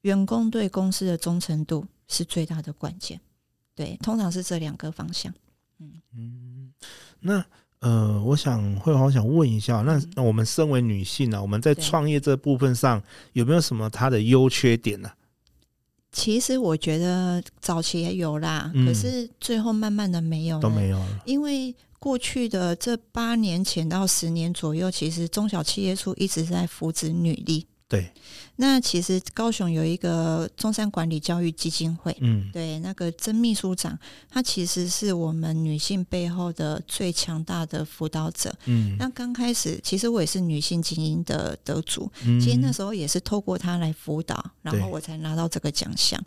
Speaker 1: 员工对公司的忠诚度是最大的关键。对，通常是这两个方向。
Speaker 2: 嗯，那呃，我想会好想问一下，那
Speaker 1: 嗯
Speaker 2: 那我们身为女性啊呢、我们在
Speaker 1: 对
Speaker 2: 创业这部分上有没有什么它的优缺点呢、
Speaker 1: 其实我觉得早期也有啦，
Speaker 2: 嗯
Speaker 1: 可是最后慢慢的没有
Speaker 2: 都
Speaker 1: 了
Speaker 2: 没有了，
Speaker 1: 因为过去的这八年前到十年左右，其实中小企业处一直在扶植女力，
Speaker 2: 对，
Speaker 1: 那其实高雄有一个中山管理教育基金会，
Speaker 2: 嗯，
Speaker 1: 对，那个曾秘书长，他其实是我们女性背后的最强大的辅导者。
Speaker 2: 嗯，
Speaker 1: 那刚开始，其实我也是女性精英的得主，
Speaker 2: 嗯
Speaker 1: 其实那时候也是透过他来辅导，然后
Speaker 2: 对
Speaker 1: 我才拿到这个奖项。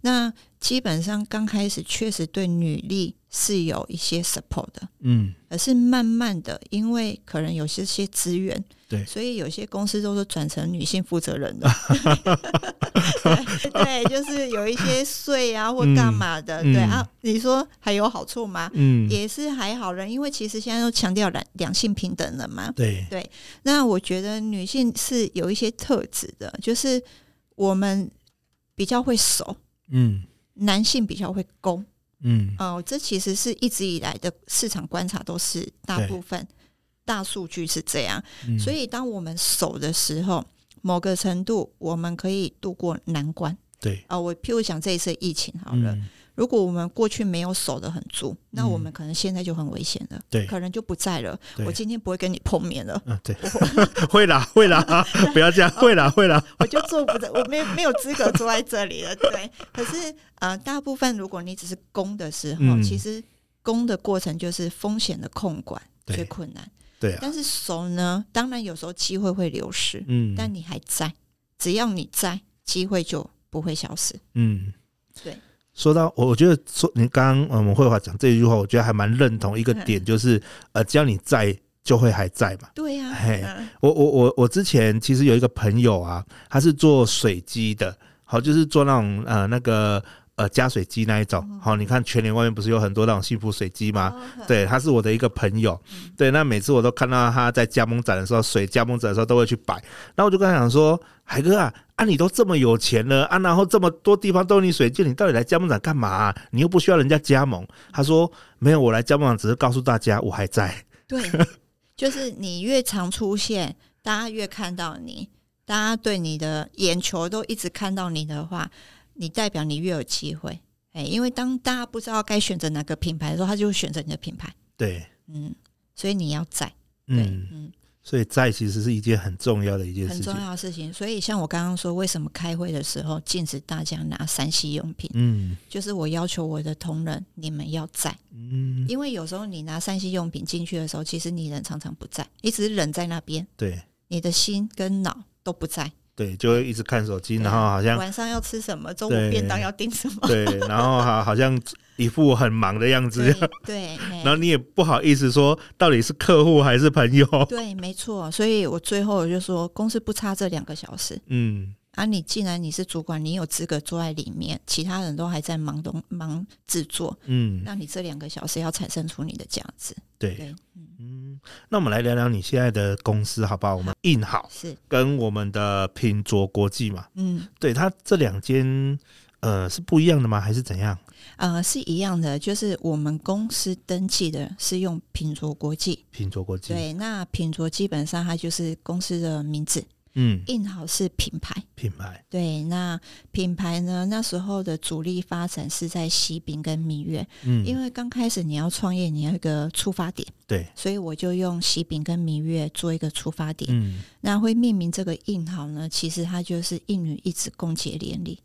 Speaker 1: 那基本上刚开始确实对女力是有一些 support 的，
Speaker 2: 嗯，
Speaker 1: 而是慢慢的，因为可能有些些资源，
Speaker 2: 对
Speaker 1: 所以有些公司都是转成女性负责 人的，对对，就是有一些税啊或干嘛的，
Speaker 2: 嗯
Speaker 1: 对
Speaker 2: 嗯
Speaker 1: 啊，你说还有好处吗？
Speaker 2: 嗯，
Speaker 1: 也是还好了，因为其实现在都强调两两性平等了嘛。
Speaker 2: 对，
Speaker 1: 那我觉得女性是有一些特质的，就是我们比较会守，
Speaker 2: 嗯
Speaker 1: 男性比较会攻。
Speaker 2: 嗯，
Speaker 1: 哦，这其实是一直以来的市场观察都是大
Speaker 2: 对
Speaker 1: 部分大数据是这样，
Speaker 2: 嗯
Speaker 1: 所以当我们守的时候，某个程度我们可以度过难关。
Speaker 2: 对，
Speaker 1: 啊、我譬如讲这一次疫情好了，
Speaker 2: 嗯，
Speaker 1: 如果我们过去没有守得很住，那我们
Speaker 2: 嗯
Speaker 1: 可能现在就很危险了，
Speaker 2: 对
Speaker 1: 可能就不在了。
Speaker 2: 对
Speaker 1: 我今天不会跟你碰面了，
Speaker 2: 啊，对， 会啦，会啦，不要这样，会 啦，会啦，
Speaker 1: 我就坐不在，我没没有资格坐在这里了。对，可是呃，大部分如果你只是攻的时候，
Speaker 2: 嗯
Speaker 1: 其实攻的过程就是风险的控管
Speaker 2: 对
Speaker 1: 最困难。
Speaker 2: 对啊，
Speaker 1: 但是守呢，当然有时候机会会流失，
Speaker 2: 嗯，
Speaker 1: 但你还在，只要你在，机会就不会消失。
Speaker 2: 嗯，
Speaker 1: 对。
Speaker 2: 说到我，我觉得说你刚呃刚我们慧华讲这一句话，我觉得还蛮认同一个
Speaker 1: 嗯
Speaker 2: 点，就是呃，只要你在，就会还在嘛。
Speaker 1: 对呀、
Speaker 2: 嘿
Speaker 1: 嗯
Speaker 2: 我我我我之前其实有一个朋友啊，他是做水机的，好，就是做那种呃那个呃加水机那一种
Speaker 1: 嗯。
Speaker 2: 好，你看全年外面不是有很多那种幸福水机吗？
Speaker 1: 哦
Speaker 2: 对，他是我的一个朋友，对，那每次我都看到他在加盟展的时候，水加盟展的时候都会去摆，那我就跟他讲说，海哥啊，啊你都这么有钱了啊，然后这么多地方都有你水就你到底来加盟展干嘛啊、你又不需要人家加盟。他说没有，我来加盟展只是告诉大家我还在。
Speaker 1: 对，就是你越常出现，大家越看到你，大家对你的眼球都一直看到你的话，你代表你越有机会。哎，因为当大家不知道该选择哪个品牌的时候，他就会选择你的品牌。
Speaker 2: 对，
Speaker 1: 嗯，所以你要在，对，
Speaker 2: 嗯，
Speaker 1: 嗯
Speaker 2: 所以在其实是一件很重要的一件
Speaker 1: 很
Speaker 2: 事
Speaker 1: 重
Speaker 2: 情。
Speaker 1: 要的事情。所以像我刚刚说，为什么开会的时候禁止大家拿三 C 用品，
Speaker 2: 嗯
Speaker 1: 就是我要求我的同仁你们要在，
Speaker 2: 嗯，
Speaker 1: 因为有时候你拿三 C 用品进去的时候，其实你人常常不在，你只是人在那边，
Speaker 2: 对
Speaker 1: 你的心跟脑都不在。
Speaker 2: 对，就会一直看手机，然后好像
Speaker 1: 晚上要吃什么，中午
Speaker 2: 对
Speaker 1: 便当要订什么，
Speaker 2: 对，然后好好像一副很忙的样子
Speaker 1: 对。 对。嘿
Speaker 2: 然后你也不好意思说到底是客户还是朋友。
Speaker 1: 对，没错，所以我最后我就说，公司不差这两个小时
Speaker 2: 嗯，
Speaker 1: 啊！你既然你是主管，你有资格坐在里面，其他人都还在忙东忙制作，
Speaker 2: 嗯，
Speaker 1: 那你这两个小时要产生出你的价值。
Speaker 2: 对，
Speaker 1: 对，
Speaker 2: 嗯，那我们来聊聊你现在的公司好不好？我们印好
Speaker 1: 是，
Speaker 2: 跟我们的品卓国际嘛，
Speaker 1: 嗯，
Speaker 2: 对它这两间呃是不一样的吗？还是怎样？
Speaker 1: 呃，是一样的，就是我们公司登记的是用品卓国际，
Speaker 2: 品卓国际，
Speaker 1: 对，那品卓基本上它就是公司的名字，
Speaker 2: 嗯，
Speaker 1: 印好是品牌。
Speaker 2: 品牌，
Speaker 1: 对，那品牌呢？那时候的主力发展是在喜饼跟蜜月，
Speaker 2: 嗯，
Speaker 1: 因为刚开始你要创业，你要有一个出发点，
Speaker 2: 对，
Speaker 1: 所以我就用喜饼跟蜜月做一个出发点。
Speaker 2: 嗯
Speaker 1: 那会命名这个印号呢，其实它就是一女一子共结连理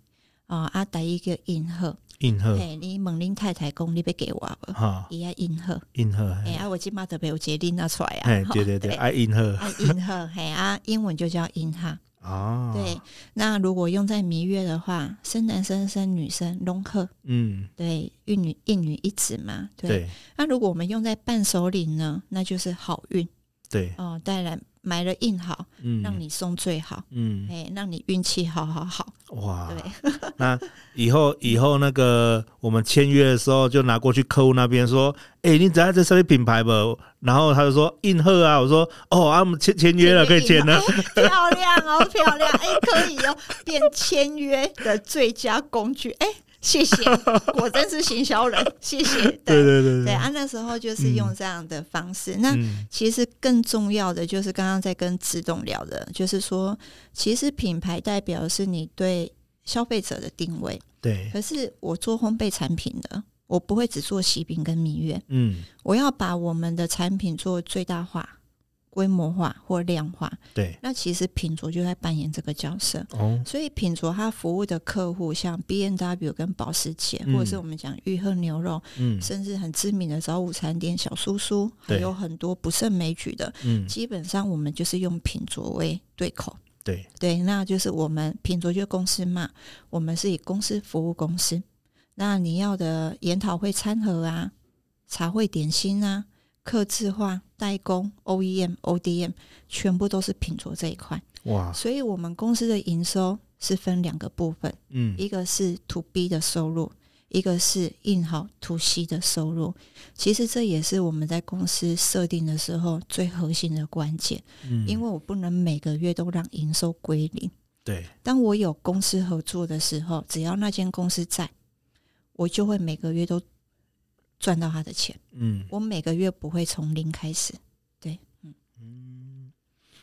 Speaker 1: 啊，阿达一个印鹤，
Speaker 2: 印赫
Speaker 1: 嘿，你猛林太太讲你别给我了，
Speaker 2: 哈，
Speaker 1: 也要印鹤，
Speaker 2: 印赫，
Speaker 1: 哎、
Speaker 2: 哦嘿
Speaker 1: 啊，我今嘛特别有决定拿出来
Speaker 2: 哎
Speaker 1: 啊，，
Speaker 2: 对对对，爱印赫
Speaker 1: 啊，印鹤，嘿啊，英文就叫印哈。
Speaker 2: 啊，
Speaker 1: 对，，那如果用在蜜月的话，生男生生女生融合，
Speaker 2: 嗯，
Speaker 1: 对，一女一女一子嘛，对。
Speaker 2: 对
Speaker 1: 那如果我们用在伴手礼呢，那就是好运
Speaker 2: 对，
Speaker 1: 哦，带来买了印好，
Speaker 2: 嗯，
Speaker 1: 让，你送最好，
Speaker 2: 嗯，
Speaker 1: 哎、让你运气好好好，
Speaker 2: 哇，
Speaker 1: 对，
Speaker 2: 那以后以后那个我们签约的时候，就拿过去客户那边说，哎、你只要这上面品牌吧。然后他就说印赫啊，我说哦，啊，我们签签约了，可以签了。
Speaker 1: 哎 漂亮哦，漂亮，哎、可以哦，变签约的最佳工具，哎、谢谢，果真是行销人，谢谢，
Speaker 2: 对
Speaker 1: 对
Speaker 2: 对对
Speaker 1: 对，啊，那时候就是用这样的方式，那。
Speaker 2: 嗯
Speaker 1: 其实更重要的就是刚刚在跟志栋聊的，就是说，其实品牌代表的是你对消费者的定位。
Speaker 2: 对，啊
Speaker 1: 可是我做烘焙产品的，我不会只做喜饼跟蜜月，
Speaker 2: 嗯
Speaker 1: 我要把我们的产品做最大化。规模化或量化。
Speaker 2: 对，
Speaker 1: 那其实品卓就在扮演这个角色。
Speaker 2: 哦，
Speaker 1: 所以品卓它服务的客户，像 B N W 跟保时捷，
Speaker 2: 嗯
Speaker 1: 或者是我们讲玉鹤牛肉，
Speaker 2: 嗯
Speaker 1: 甚至很知名的早午餐店小叔叔，还
Speaker 2: 对
Speaker 1: 有很多不胜枚举的，
Speaker 2: 嗯，
Speaker 1: 基本上我们就是用品卓为对口。
Speaker 2: 对，
Speaker 1: 对，那就是我们品卓就是公司嘛，我们是以公司服务公司。那你要的研讨会餐盒啊、茶会点心啊、客制化、代工、OEM、ODM，全部都是品卓这一块。
Speaker 2: 哇，
Speaker 1: 所以，我们公司的营收是分两个部分，
Speaker 2: 嗯，
Speaker 1: 一个是 To B 的收入，一个是印好 To C 的收入。其实这也是我们在公司设定的时候最核心的关键，
Speaker 2: 嗯
Speaker 1: 因为我不能每个月都让营收归零。
Speaker 2: 对，
Speaker 1: 当我有公司合作的时候，只要那间公司在，我就会每个月都赚到他的钱。
Speaker 2: 嗯
Speaker 1: 我每个月不会从零开始。
Speaker 2: 嗯，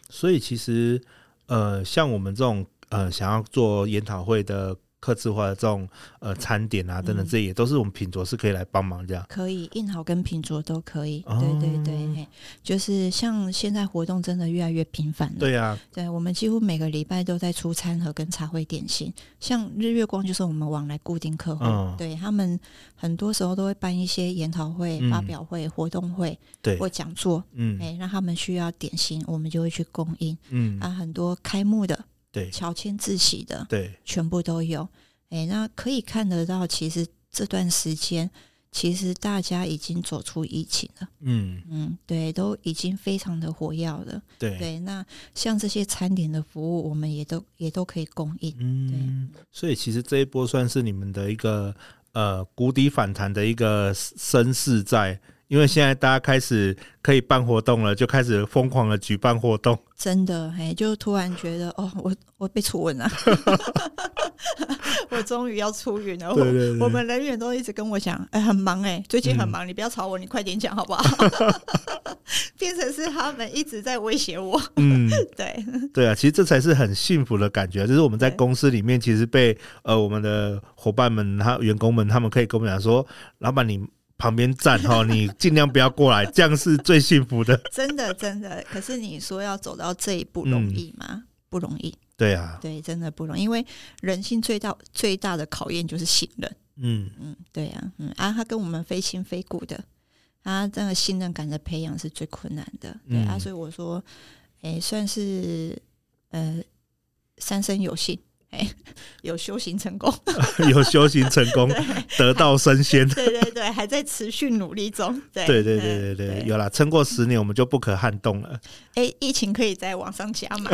Speaker 2: 所以其实呃，像我们这种呃想要做研讨会的。客制化的这种呃餐点啊等等，
Speaker 1: 嗯
Speaker 2: 这也都是我们品卓是可以来帮忙这样。
Speaker 1: 可以，印好跟品卓都可以。
Speaker 2: 哦
Speaker 1: 对对对，嘿就是像现在活动真的越来越频繁了。
Speaker 2: 对啊，
Speaker 1: 对我们几乎每个礼拜都在出餐盒跟茶会点心，像日月光就是我们往来固定客户，
Speaker 2: 嗯
Speaker 1: 对他们很多时候都会办一些研讨会、
Speaker 2: 嗯
Speaker 1: 发表会、活动会
Speaker 2: 对，
Speaker 1: 或讲座，
Speaker 2: 嗯
Speaker 1: 哎、那他们需要点心，我们就会去供应。
Speaker 2: 嗯，
Speaker 1: 啊，很多开幕的、
Speaker 2: 对
Speaker 1: 乔迁自喜的，
Speaker 2: 对，
Speaker 1: 全部都有。哎、那可以看得到，其实这段时间，其实大家已经走出疫情了，
Speaker 2: 嗯
Speaker 1: 嗯，对，都已经非常的活跃了。
Speaker 2: 对，
Speaker 1: 对，那像这些餐点的服务，我们也都也都可以供应。
Speaker 2: 嗯，所以其实这一波算是你们的一个呃谷底反弹的一个声势在，因为现在大家开始可以办活动了，就开始疯狂的举办活动，
Speaker 1: 真的，哎，就突然觉得，哦，我我被除 文了， 我终于要出云了。我
Speaker 2: 对对对
Speaker 1: 我们人员都一直跟我讲，哎、很忙哎、最近很
Speaker 2: 嗯
Speaker 1: 忙，你不要吵我，你快点讲好 不好？变成是他们一直在威胁我，
Speaker 2: 嗯，
Speaker 1: 对，
Speaker 2: 对啊，其实这才是很幸福的感觉，就是我们在
Speaker 1: 对
Speaker 2: 公司里面，其实被呃我们的伙伴们、他员工们，他们可以跟我们讲说，老板你。旁边站 哈，你尽量不要过来，这样是最幸福的。
Speaker 1: 真的真的。可是你说要走到这一步容易吗？不容易，
Speaker 2: 对啊，
Speaker 1: 对，真的不容易，因为人性最大最大的考验就是信任。
Speaker 2: 嗯，
Speaker 1: 嗯，对呀、嗯啊，他跟我们非亲非故的，他这个信任感的培养是最困难的，对、啊，
Speaker 2: 嗯
Speaker 1: 所以我说，哎、算是呃三生有幸，哎、 有修行成 功，
Speaker 2: 有修行成 功，得道升仙。
Speaker 1: 对对对，还在持续努力中， 对
Speaker 2: 对对对对
Speaker 1: 嗯
Speaker 2: 对，有啦，撑过十年我们就不可撼动了。
Speaker 1: 哎、疫情可以再往上加 码，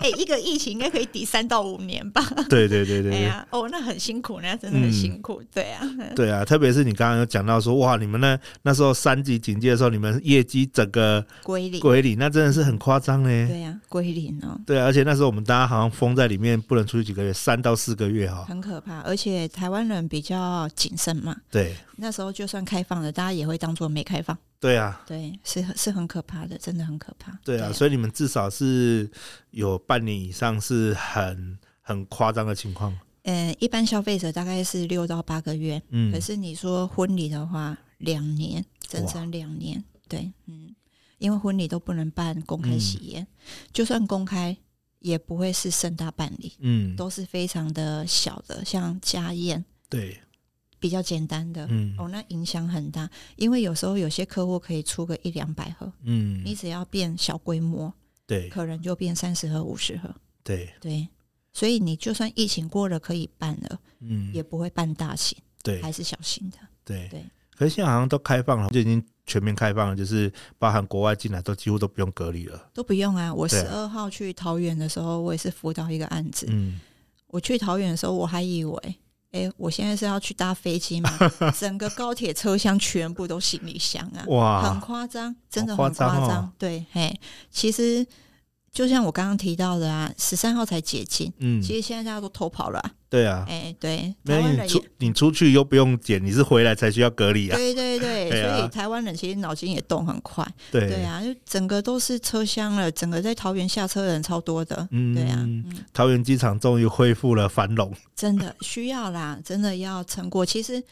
Speaker 1: 哎、一个疫情应该可以抵三到五年吧，
Speaker 2: 对对对对嗯
Speaker 1: 哎
Speaker 2: 对
Speaker 1: 呀、哦，那很辛苦，那真的很辛苦，对啊，
Speaker 2: 对啊！特别是你刚刚有讲到说，哇，你们那那时候三级警戒的时候，你们业绩整个
Speaker 1: 归零，
Speaker 2: 归零，那真的是很夸张嘞。
Speaker 1: 对呀、归零哦，
Speaker 2: 对啊，而且那时候我们大家好像封在里面，不能出去几个月，三到四个 月哈。
Speaker 1: 很可怕，而且台湾人比较谨慎嘛。
Speaker 2: 对
Speaker 1: 那时候就算开放了，大家也会当做没开放。
Speaker 2: 对啊，
Speaker 1: 对，是是很可怕的，真的很可怕。
Speaker 2: 对啊，所以你们至少是有半年以上是很很夸张的情况。
Speaker 1: 嗯、一般消费者大概是六到八个月，
Speaker 2: 嗯
Speaker 1: 可，是你说婚礼的话，两年，整整两年。对，嗯，因为婚礼都不能办公开喜宴，就算公开也不会是盛大办理，
Speaker 2: 嗯，
Speaker 1: 都是非常的小的，像家宴
Speaker 2: 对，
Speaker 1: 比较简单的。
Speaker 2: 嗯
Speaker 1: 哦，那影响很大，因为有时候有些客户可以出个一两百盒，你
Speaker 2: 嗯，
Speaker 1: 只要变小规模，
Speaker 2: 对
Speaker 1: 可能就变三十盒、五十盒。
Speaker 2: 对，
Speaker 1: 对，所以你就算疫情过了可以办了，
Speaker 2: 嗯，
Speaker 1: 也不会办大型，
Speaker 2: 对，
Speaker 1: 还是小型的。
Speaker 2: 对
Speaker 1: 对。
Speaker 2: 可是现在好像都开放了，就已经全面开放了，就是包含国外进来都几乎都不用隔离了。
Speaker 1: 都不用啊！我
Speaker 2: 对
Speaker 1: 十
Speaker 2: 啊
Speaker 1: 二号去桃园的时候，我也是辅导一个案子。
Speaker 2: 嗯，
Speaker 1: 我去桃园的时候，我还以为，哎、我现在是要去搭飞机 吗？整个高铁车厢全部都行李箱啊！很
Speaker 2: 哇，
Speaker 1: 夸张，真的
Speaker 2: 好
Speaker 1: 很
Speaker 2: 夸
Speaker 1: 夸
Speaker 2: 张哦
Speaker 1: 张。对，嘿，其实就像我刚刚提到的啊，十三号才解禁，
Speaker 2: 嗯，
Speaker 1: 其实现在大家都偷跑了、啊。
Speaker 2: 对啊，
Speaker 1: 哎、对，
Speaker 2: 没
Speaker 1: 台湾
Speaker 2: 有你
Speaker 1: 人也
Speaker 2: 出你出去又不用检，你是回来才需要隔离啊。
Speaker 1: 对对对，
Speaker 2: 对啊
Speaker 1: 所以台湾人其实脑筋也动很快，
Speaker 2: 对
Speaker 1: 对啊，就整个都是车厢了，整个在桃园下车的人超多的，
Speaker 2: 嗯，
Speaker 1: 对啊，嗯，
Speaker 2: 桃园机场终于恢复了繁荣。
Speaker 1: 真的需要啦，真的要撑过。其实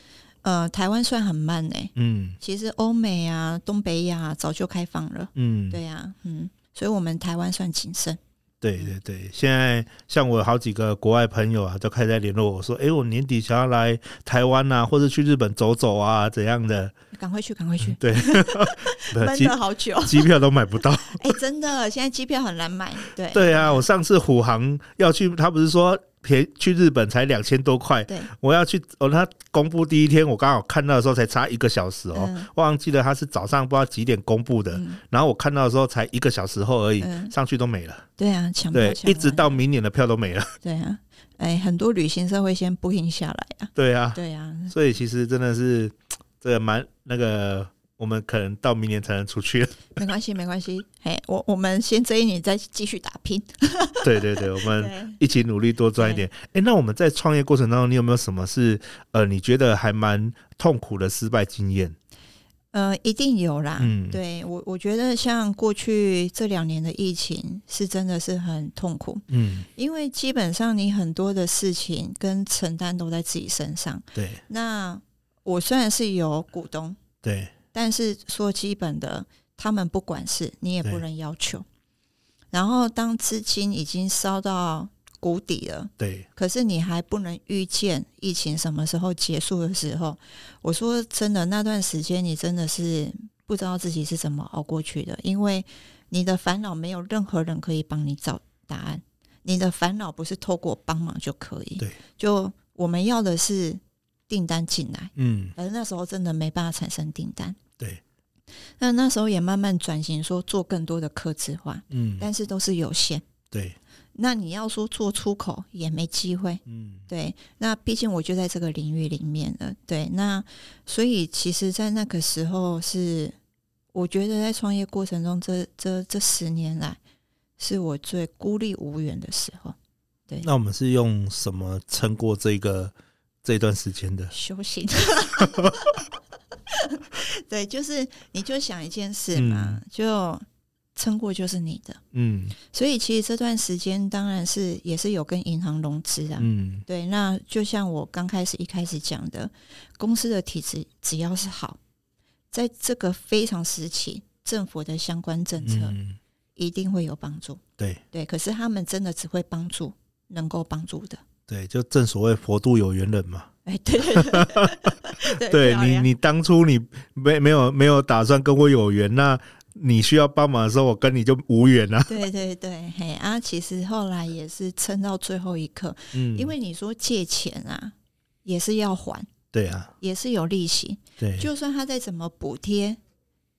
Speaker 1: 呃，台湾算很慢呢、
Speaker 2: 嗯
Speaker 1: 其实欧美啊、东北亚早就开放了，
Speaker 2: 嗯，
Speaker 1: 对呀、啊，嗯，所以我们台湾算谨慎。
Speaker 2: 对对对，现在像我有好几个国外朋友啊，都开始在联络我说，诶，我年底想要来台湾啊，或者去日本走走啊，怎样的？
Speaker 1: 赶快去，赶快去，
Speaker 2: 对，不
Speaker 1: 嗯闷
Speaker 2: 机
Speaker 1: 了好久。
Speaker 2: 机票都买不到。
Speaker 1: 哎、真的，现在机票很难买。 对
Speaker 2: 对啊，我上次虎航要去，他不是说便去日本才两千多块，
Speaker 1: 对，
Speaker 2: 我要去，哦，他公布第一天，我刚好看到的时候才差一个小时哦，
Speaker 1: 嗯
Speaker 2: 忘记了他是早上不知道几点公布的，
Speaker 1: 嗯
Speaker 2: 然后我看到的时候才一个小时后而已，
Speaker 1: 嗯，
Speaker 2: 上去都没了，
Speaker 1: 对啊，抢不
Speaker 2: 对，
Speaker 1: 抢
Speaker 2: 一直
Speaker 1: 完
Speaker 2: 到明年的票都没了，
Speaker 1: 对啊，哎、很多旅行社会先 booking 下来啊。
Speaker 2: 对啊，
Speaker 1: 对啊，
Speaker 2: 所以其实真的是这个蛮那个，我们可能到明年才能 出去了，
Speaker 1: 没关系，没关系。哎，我我们先这一年再继续打拼。
Speaker 2: 对对 对，我们
Speaker 1: 对，
Speaker 2: 一起努力多赚一点。哎、那我们在创业过程当中，你有没有什么是呃你觉得还蛮痛苦的失败经验？
Speaker 1: 呃，一定有啦。
Speaker 2: 嗯
Speaker 1: 对我，我觉得像过去这两年的疫情是真的是很痛苦，
Speaker 2: 嗯，
Speaker 1: 因为基本上你很多的事情跟承担都在自己身上。
Speaker 2: 对
Speaker 1: 那我虽然是有股东，
Speaker 2: 对，
Speaker 1: 但是说基本的，他们不管事，你也
Speaker 2: 对
Speaker 1: 不能要求。然后当资金已经烧到谷底了，
Speaker 2: 对，
Speaker 1: 可是你还不能预见疫情什么时候结束的时候，我说真的，那段时间你真的是不知道自己是怎么熬过去的，因为你的烦恼没有任何人可以帮你找答案，你的烦恼不是透过帮忙就可以。
Speaker 2: 对，
Speaker 1: 就我们要的是订单进来，
Speaker 2: 嗯，
Speaker 1: 而那时候真的没办法产生订单。
Speaker 2: 对，
Speaker 1: 那那时候也慢慢转型，说做更多的客制化，
Speaker 2: 嗯，
Speaker 1: 但是都是有限。
Speaker 2: 对，
Speaker 1: 那你要说做出口也没机会，
Speaker 2: 嗯，
Speaker 1: 对，那毕竟我就在这个领域里面了，对，那所以其实，在那个时候是，我觉得在创业过程中这，这这十年来，是我最孤立无援的时候，
Speaker 2: 那我们是用什么撑过这个这段时间的？
Speaker 1: 修行。对，就是你就想一件事嘛，就撑过就是你的。
Speaker 2: 嗯
Speaker 1: 所以其实这段时间当然是也是有跟银行融资啊，
Speaker 2: 嗯，
Speaker 1: 对，那就像我刚开始一开始讲的，公司的体制只要是好，在这个非常时期，政府的相关政策
Speaker 2: 嗯，
Speaker 1: 一定会有帮助。
Speaker 2: 对
Speaker 1: 对，可是他们真的只会帮助能够帮助的。
Speaker 2: 对，就正所谓佛度有缘人嘛。
Speaker 1: 哎，对对对对，
Speaker 2: 对
Speaker 1: 漂
Speaker 2: 你，
Speaker 1: 亮
Speaker 2: 你当初你没没有没有打算跟我有缘，那你需要帮忙的时候，我跟你就无缘啊。
Speaker 1: 对对对，嘿啊，其实后来也是撑到最后一刻，
Speaker 2: 嗯，
Speaker 1: 因为你说借钱啊，也是要还，
Speaker 2: 对啊，
Speaker 1: 也是有利息，
Speaker 2: 对，
Speaker 1: 就算他再怎么补贴，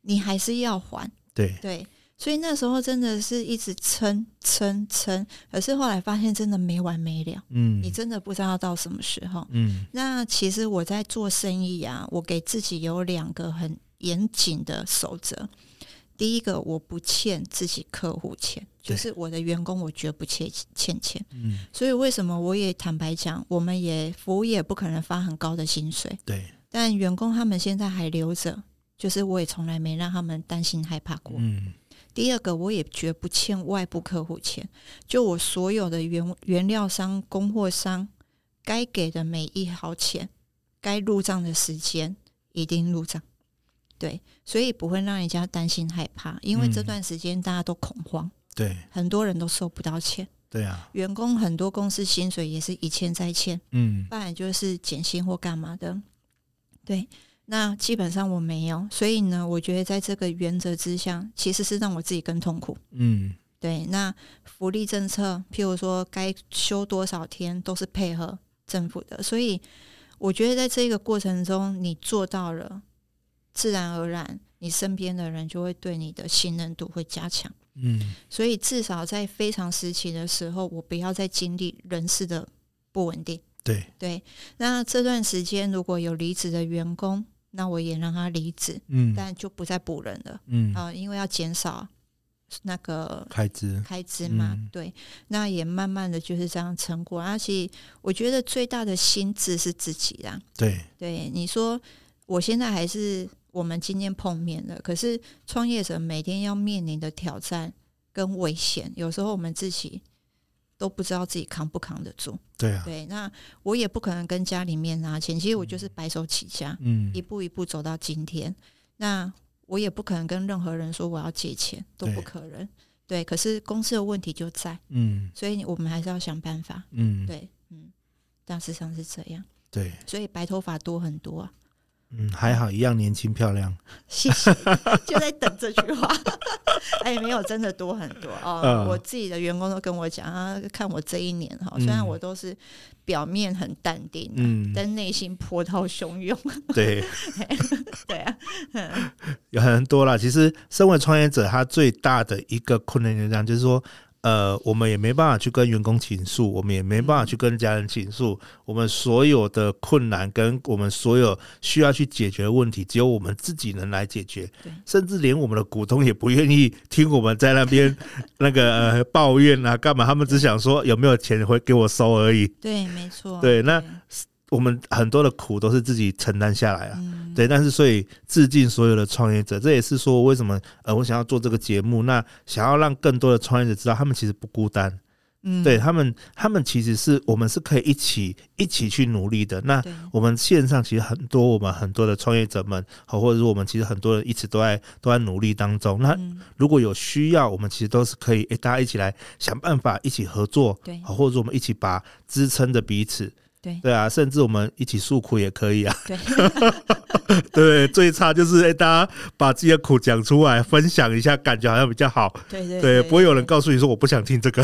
Speaker 1: 你还是要还。
Speaker 2: 对，
Speaker 1: 对，所以那时候真的是一直撑撑撑，可是后来发现真的没完没了，
Speaker 2: 嗯，
Speaker 1: 你真的不知道到什么时候。
Speaker 2: 嗯
Speaker 1: 那其实我在做生意啊，我给自己有两个很严谨的守则。第一个，我不欠自己客户钱，就
Speaker 2: 对
Speaker 1: 是我的员工，我绝不欠欠钱。
Speaker 2: 嗯，
Speaker 1: 所以为什么我也坦白讲，我们也服务业不可能发很高的薪水，
Speaker 2: 对，
Speaker 1: 但员工他们现在还留着，就是我也从来没让他们担心害怕过。
Speaker 2: 嗯
Speaker 1: 第二个，我也绝不欠外部客户钱，就我所有的原原料商、供货商，该给的每一毫钱，该入账的时间一定入账。对，所以不会让人家担心害怕，因为这
Speaker 2: 嗯
Speaker 1: 段时间大家都恐慌，
Speaker 2: 对
Speaker 1: 很多人都收不到钱，
Speaker 2: 对啊，
Speaker 1: 员工很多公司薪水也是一欠再欠，
Speaker 2: 嗯
Speaker 1: 不然就是减薪或干嘛的。对，那基本上我没有，所以呢，我觉得在这个原则之下，其实是让我自己更痛苦。
Speaker 2: 嗯
Speaker 1: 对，那福利政策，譬如说该休多少天，都是配合政府的，所以我觉得在这个过程中，你做到了，自然而然，你身边的人就会对你的信任度会加强。
Speaker 2: 嗯
Speaker 1: 所以至少在非常时期的时候，我不要再经历人事的不稳定。
Speaker 2: 对
Speaker 1: 对，那这段时间如果有离职的员工，那我也让他离职，
Speaker 2: 嗯
Speaker 1: 但就不再补人了
Speaker 2: 嗯，
Speaker 1: 啊、因为要减少那个
Speaker 2: 开支，
Speaker 1: 开支嘛，
Speaker 2: 嗯
Speaker 1: 对，那也慢慢的就是这样成果。而且我觉得最大的心智是自己啦。
Speaker 2: 对
Speaker 1: 对，你说我现在还是我们今天碰面了，可是创业者每天要面临的挑战跟危险，有时候我们自己都不知道自己扛不扛得住。
Speaker 2: 对啊，
Speaker 1: 对，那我也不可能跟家里面拿钱，其实我就是白手起家，
Speaker 2: 嗯
Speaker 1: 一，步一步走到今天。那我也不可能跟任何人说我要借钱，都不
Speaker 2: 对
Speaker 1: 可能。对，可是公司的问题就在，
Speaker 2: 嗯
Speaker 1: 所以我们还是要想办法。
Speaker 2: 嗯，
Speaker 1: 对，嗯，大致上是这样。
Speaker 2: 对，
Speaker 1: 所以白头发多很多啊，
Speaker 2: 嗯，还好一样年轻漂亮，
Speaker 1: 谢谢，就在等这句话。 哎，没有，真的多很多哦。
Speaker 2: 嗯
Speaker 1: 我自己的员工都跟我讲啊，看我这一年哈，
Speaker 2: 嗯
Speaker 1: 虽然我都是表面很淡定，
Speaker 2: 嗯，
Speaker 1: 但内心波涛汹涌。
Speaker 2: 对，
Speaker 1: 对啊，
Speaker 2: 有很多啦。其实，身为创业者，他最大的一个困难就是这样，就是说，呃，我们也没办法去跟员工倾诉，我们也没办法去跟家人倾诉，我们所有的困难跟我们所有需要去解决的问题，只有我们自己能来解决
Speaker 1: 对。
Speaker 2: 甚至连我们的股东也不愿意听我们在那边那个、呃、抱怨啊，干嘛？他们只想说有没有钱会给我收而已。
Speaker 1: 对，没错。
Speaker 2: 对那我们很多的苦都是自己承担下来啊。
Speaker 1: 嗯，
Speaker 2: 对，但是所以致敬所有的创业者，这也是说为什么呃我想要做这个节目，那想要让更多的创业者知道他们其实不孤单，
Speaker 1: 嗯
Speaker 2: 对他们他们其实是我们是可以一起一起去努力的。那
Speaker 1: 对
Speaker 2: 我们线上其实很多我们很多的创业者们，好或者是我们其实很多人一直都在都在努力当中。那
Speaker 1: 嗯
Speaker 2: 如果有需要，我们其实都是可以诶大家一起来想办法，一起合作，
Speaker 1: 对
Speaker 2: 好或者我们一起把支撑着彼此。
Speaker 1: 对
Speaker 2: 对啊，甚至我们一起诉苦也可以啊。
Speaker 1: 对
Speaker 2: 对，最差就是哎、大家把自己的苦讲出来，分享一下，感觉好像比较好。
Speaker 1: 对对
Speaker 2: 对，不会有人告诉你说我不想听这个。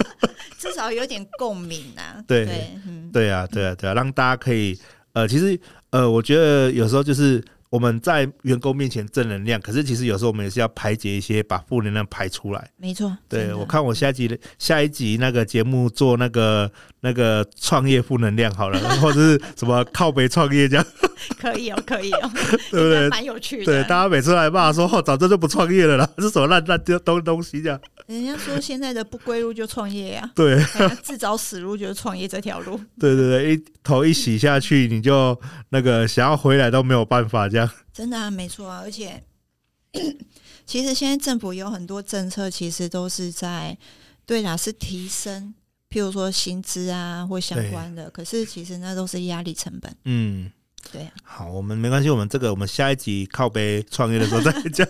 Speaker 1: 至少有点共鸣啊。
Speaker 2: 对
Speaker 1: 对，嗯，
Speaker 2: 对啊，对啊，对啊，让大家可以呃，其实呃，我觉得有时候就是我们在员工面前正能量，可是其实有时候我们也是要排解一些，把负能量排出来。
Speaker 1: 没错。真
Speaker 2: 对，
Speaker 1: 的
Speaker 2: 我看我下一集的下一集那个节目做那个那个创业负能量好了， 或者是什么靠北创业这样，
Speaker 1: 可以哦，可以哦，
Speaker 2: 对不对
Speaker 1: 蛮有趣的。
Speaker 2: 对，大家每次来骂说，哦，早知道就不创业了啦， 这什么烂烂丢东东西这样。
Speaker 1: 人家说现在的不归路就创业 呀、
Speaker 2: 对，
Speaker 1: 哎呀自找死路就是创业这条路。
Speaker 2: 对对对，一头一洗下去，你就那个想要回来都没有办法这样。
Speaker 1: 真的啊，没错啊，而且其实现在政府有很多政策，其实都是在对啦，是提升，譬如说薪资啊或相关的，可是其实那都是压力成本。
Speaker 2: 嗯，
Speaker 1: 对啊，
Speaker 2: 好，我们没关系，我们这个我们下一集靠背创业的时候再讲。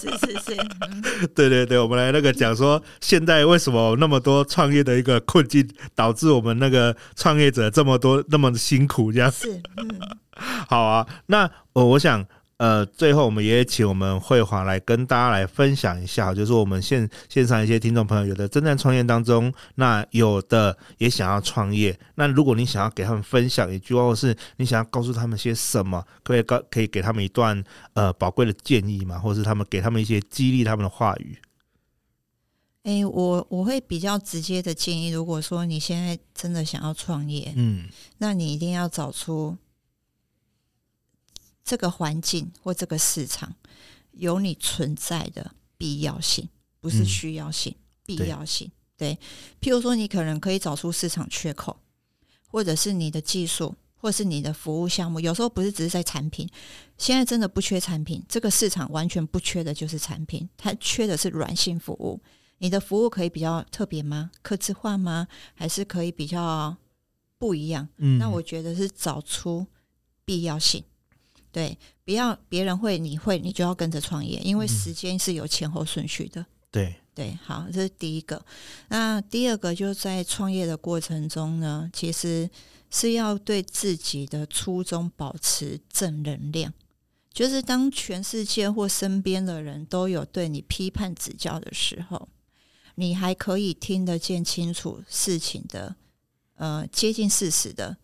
Speaker 1: 是是是，嗯
Speaker 2: 对对对，我们来那个讲说，现在为什么那么多创业的一个困境，导致我们那个创业者这么多那么辛苦这样。
Speaker 1: 是嗯，
Speaker 2: 好啊，那我我想。呃，最后我们也请我们慧华来跟大家来分享一下，就是我们线线上一些听众朋友，有的正在创业当中，那有的也想要创业。那如果你想要给他们分享一句话，或是你想要告诉他们些什么，可不可以告可以给他们一段呃宝贵的建议嘛，或是他们给他们一些激励他们的话语？
Speaker 1: 哎、我我会比较直接的建议，如果说你现在真的想要创业，
Speaker 2: 嗯
Speaker 1: 那你一定要找出这个环境或这个市场有你存在的必要性，不是
Speaker 2: 嗯
Speaker 1: 需要性，必
Speaker 2: 对
Speaker 1: 要性。对，譬如说，你可能可以找出市场缺口，或者是你的技术，或是你的服务项目。有时候不是只是在产品，现在真的不缺产品，这个市场完全不缺的就是产品，它缺的是软性服务。你的服务可以比较特别吗？客制化吗？还是可以比较不一样？
Speaker 2: 嗯，
Speaker 1: 那我觉得是找出必要性，对，不要别人会你会你就要跟着创业，因为
Speaker 2: 嗯
Speaker 1: 时间是有前后顺序的。
Speaker 2: 对
Speaker 1: 对，好，这是第一个。那第二个就在创业的过程中呢，其实是要对自己的初衷保持正能量。就是当全世界或身边的人都有对你批判指教的时候，你还可以听得见清楚事情的，呃，接近事实的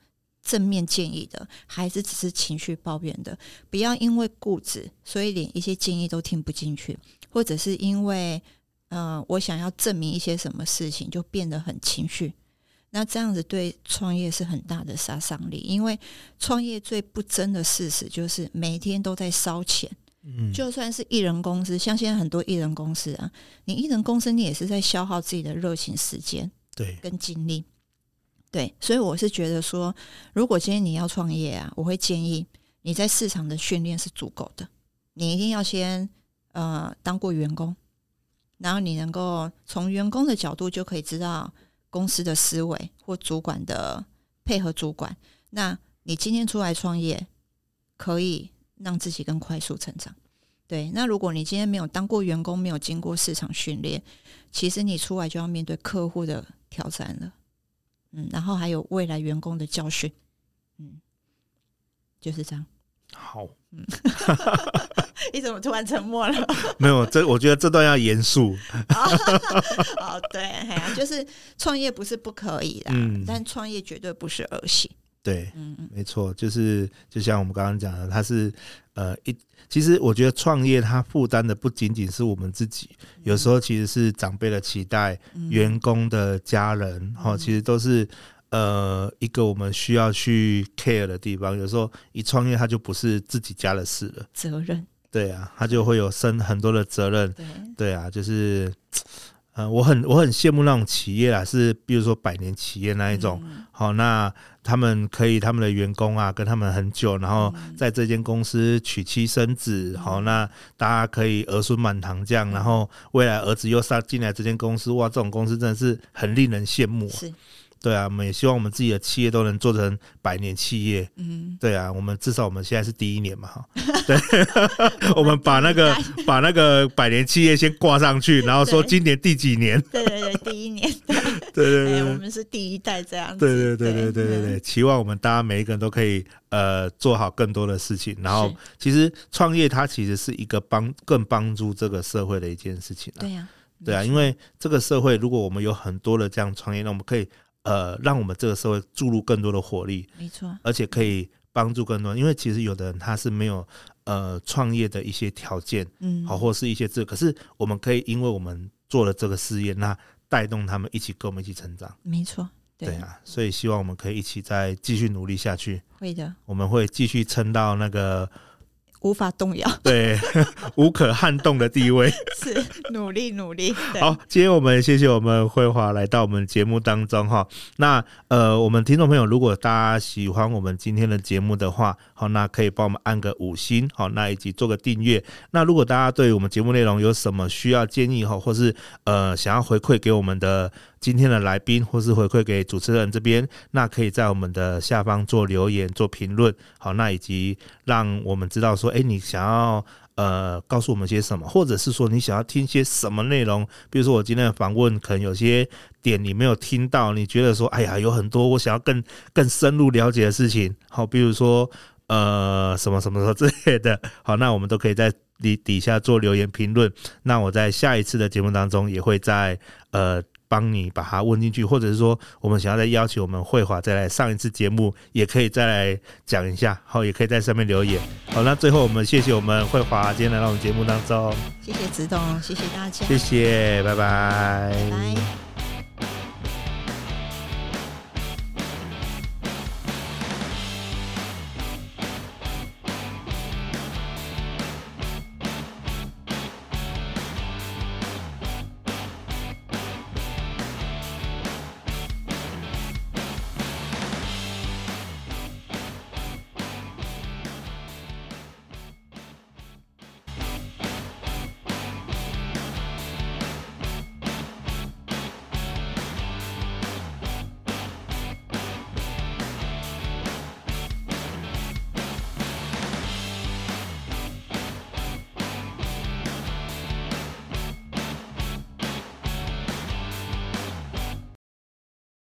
Speaker 1: 正面建议的，还是只是情绪抱怨的。不要因为固执，所以连一些建议都听不进去，或者是因为嗯，我想要证明一些什么事情，就变得很情绪。那这样子对创业是很大的杀伤力，因为创业最不争的事实就是每天都在烧钱。
Speaker 2: 嗯
Speaker 1: 就算是艺人公司，像现在很多艺人公司啊，你艺人公司你也是在消耗自己的热情、时间
Speaker 2: 对
Speaker 1: 跟精力。对，所以我是觉得说，如果今天你要创业啊，我会建议你在市场的训练是足够的，你一定要先呃当过员工，然后你能够从员工的角度就可以知道公司的思维或主管的配合主管，那你今天出来创业，可以让自己更快速成长。对，那如果你今天没有当过员工，没有经过市场训练，其实你出来就要面对客户的挑战了，嗯，然后还有未来员工的教训，嗯，就是这样。
Speaker 2: 好，
Speaker 1: 你怎么突然沉默了？
Speaker 2: 没有这，我觉得这段要严肃。
Speaker 1: 哦，对，哎呀就是创业不是不可以啦，
Speaker 2: 嗯
Speaker 1: 但创业绝对不是儿戏。
Speaker 2: 对，
Speaker 1: 嗯嗯，
Speaker 2: 没错，就是就像我们刚刚讲的，它是呃一，其实我觉得创业它负担的不仅仅是我们自己，有时候其实是长辈的期待、
Speaker 1: 嗯
Speaker 2: 员工的家人，哈、
Speaker 1: 嗯
Speaker 2: 其实都是呃一个我们需要去 care 的地方。有时候一创业，它就不是自己家的事了，
Speaker 1: 责任，
Speaker 2: 对啊，它就会有生很多的责任，
Speaker 1: 对，
Speaker 2: 对啊，就是。呃，我很我很羡慕那种企业啊，是比如说百年企业那一种，
Speaker 1: 嗯
Speaker 2: 好，那他们可以他们的员工啊，跟他们很久，然后
Speaker 1: 嗯
Speaker 2: 在这间公司娶妻生子，好，那大家可以儿孙满堂这样，然后未来儿子又上进来这间公司，哇，这种公司真的是很令人羡慕。
Speaker 1: 是，
Speaker 2: 对啊，我们也希望我们自己的企业都能做成百年企业。
Speaker 1: 嗯，
Speaker 2: 对啊，我们至少我们现在是第一年嘛，哈，对， 我们把那个把那个百年企业先挂上去，然后说
Speaker 1: 对
Speaker 2: 今年第几年，
Speaker 1: 对对对，第一年，
Speaker 2: 对对
Speaker 1: 哎，
Speaker 2: 对
Speaker 1: 我
Speaker 2: 对。
Speaker 1: 们是第一代这样子，
Speaker 2: 对对对对对对
Speaker 1: 嗯
Speaker 2: 对，期望我们大家每一个人都可以呃做好更多的事情，然后
Speaker 1: 是
Speaker 2: 其实创业它其实是一个帮更帮助这个社会的一件事情啊
Speaker 1: 对，呀，
Speaker 2: 对啊，因为这个社会如果我们有很多的这样创业，那我们可以呃让我们这个社会注入更多的活力，
Speaker 1: 没错，
Speaker 2: 而且可以帮助更多，因为其实有的人他是没有呃创业的一些条件，
Speaker 1: 嗯，
Speaker 2: 好，或是一些这，可是我们可以因为我们做了这个事业，那带动他们一起跟我们一起成长。
Speaker 1: 没错，
Speaker 2: 对，啊，所以希望我们可以一起再继续努力下去，
Speaker 1: 会的，
Speaker 2: 我们会继续撑到那个
Speaker 1: 无法动摇，
Speaker 2: 对 无可撼动的地位。
Speaker 1: 是努力努力，对
Speaker 2: 好，今天我们谢谢我们慧华来到我们节目当中哈。那呃，我们听众朋友，如果大家喜欢我们今天的节目的话，好，那可以帮我们按个五星，好，那以及做个订阅。那如果大家对我们节目内容有什么需要建议哈，或是呃想要回馈给我们的今天的来宾，或是回馈给主持人这边，那可以在我们的下方做留言、做评论，好，那以及让我们知道说，哎、你想要呃告诉我们些什么，或者是说你想要听些什么内容？比如说我今天的访问，可能有些点你没有听到，你觉得说，哎呀，有很多我想要更更深入了解的事情，好，比如说呃什么什么什么之类的，好，那我们都可以在。底底下做留言评论，那我在下一次的节目当中也会在呃帮你把它问进去，或者是说我们想要再邀请我们慧华再来上一次节目，也可以再来讲一下，好，也可以在上面留言。好，那最后我们谢谢我们慧华今天来到我们节目当中，
Speaker 1: 谢谢子董，谢谢大家，
Speaker 2: 谢谢，拜拜
Speaker 1: 拜拜。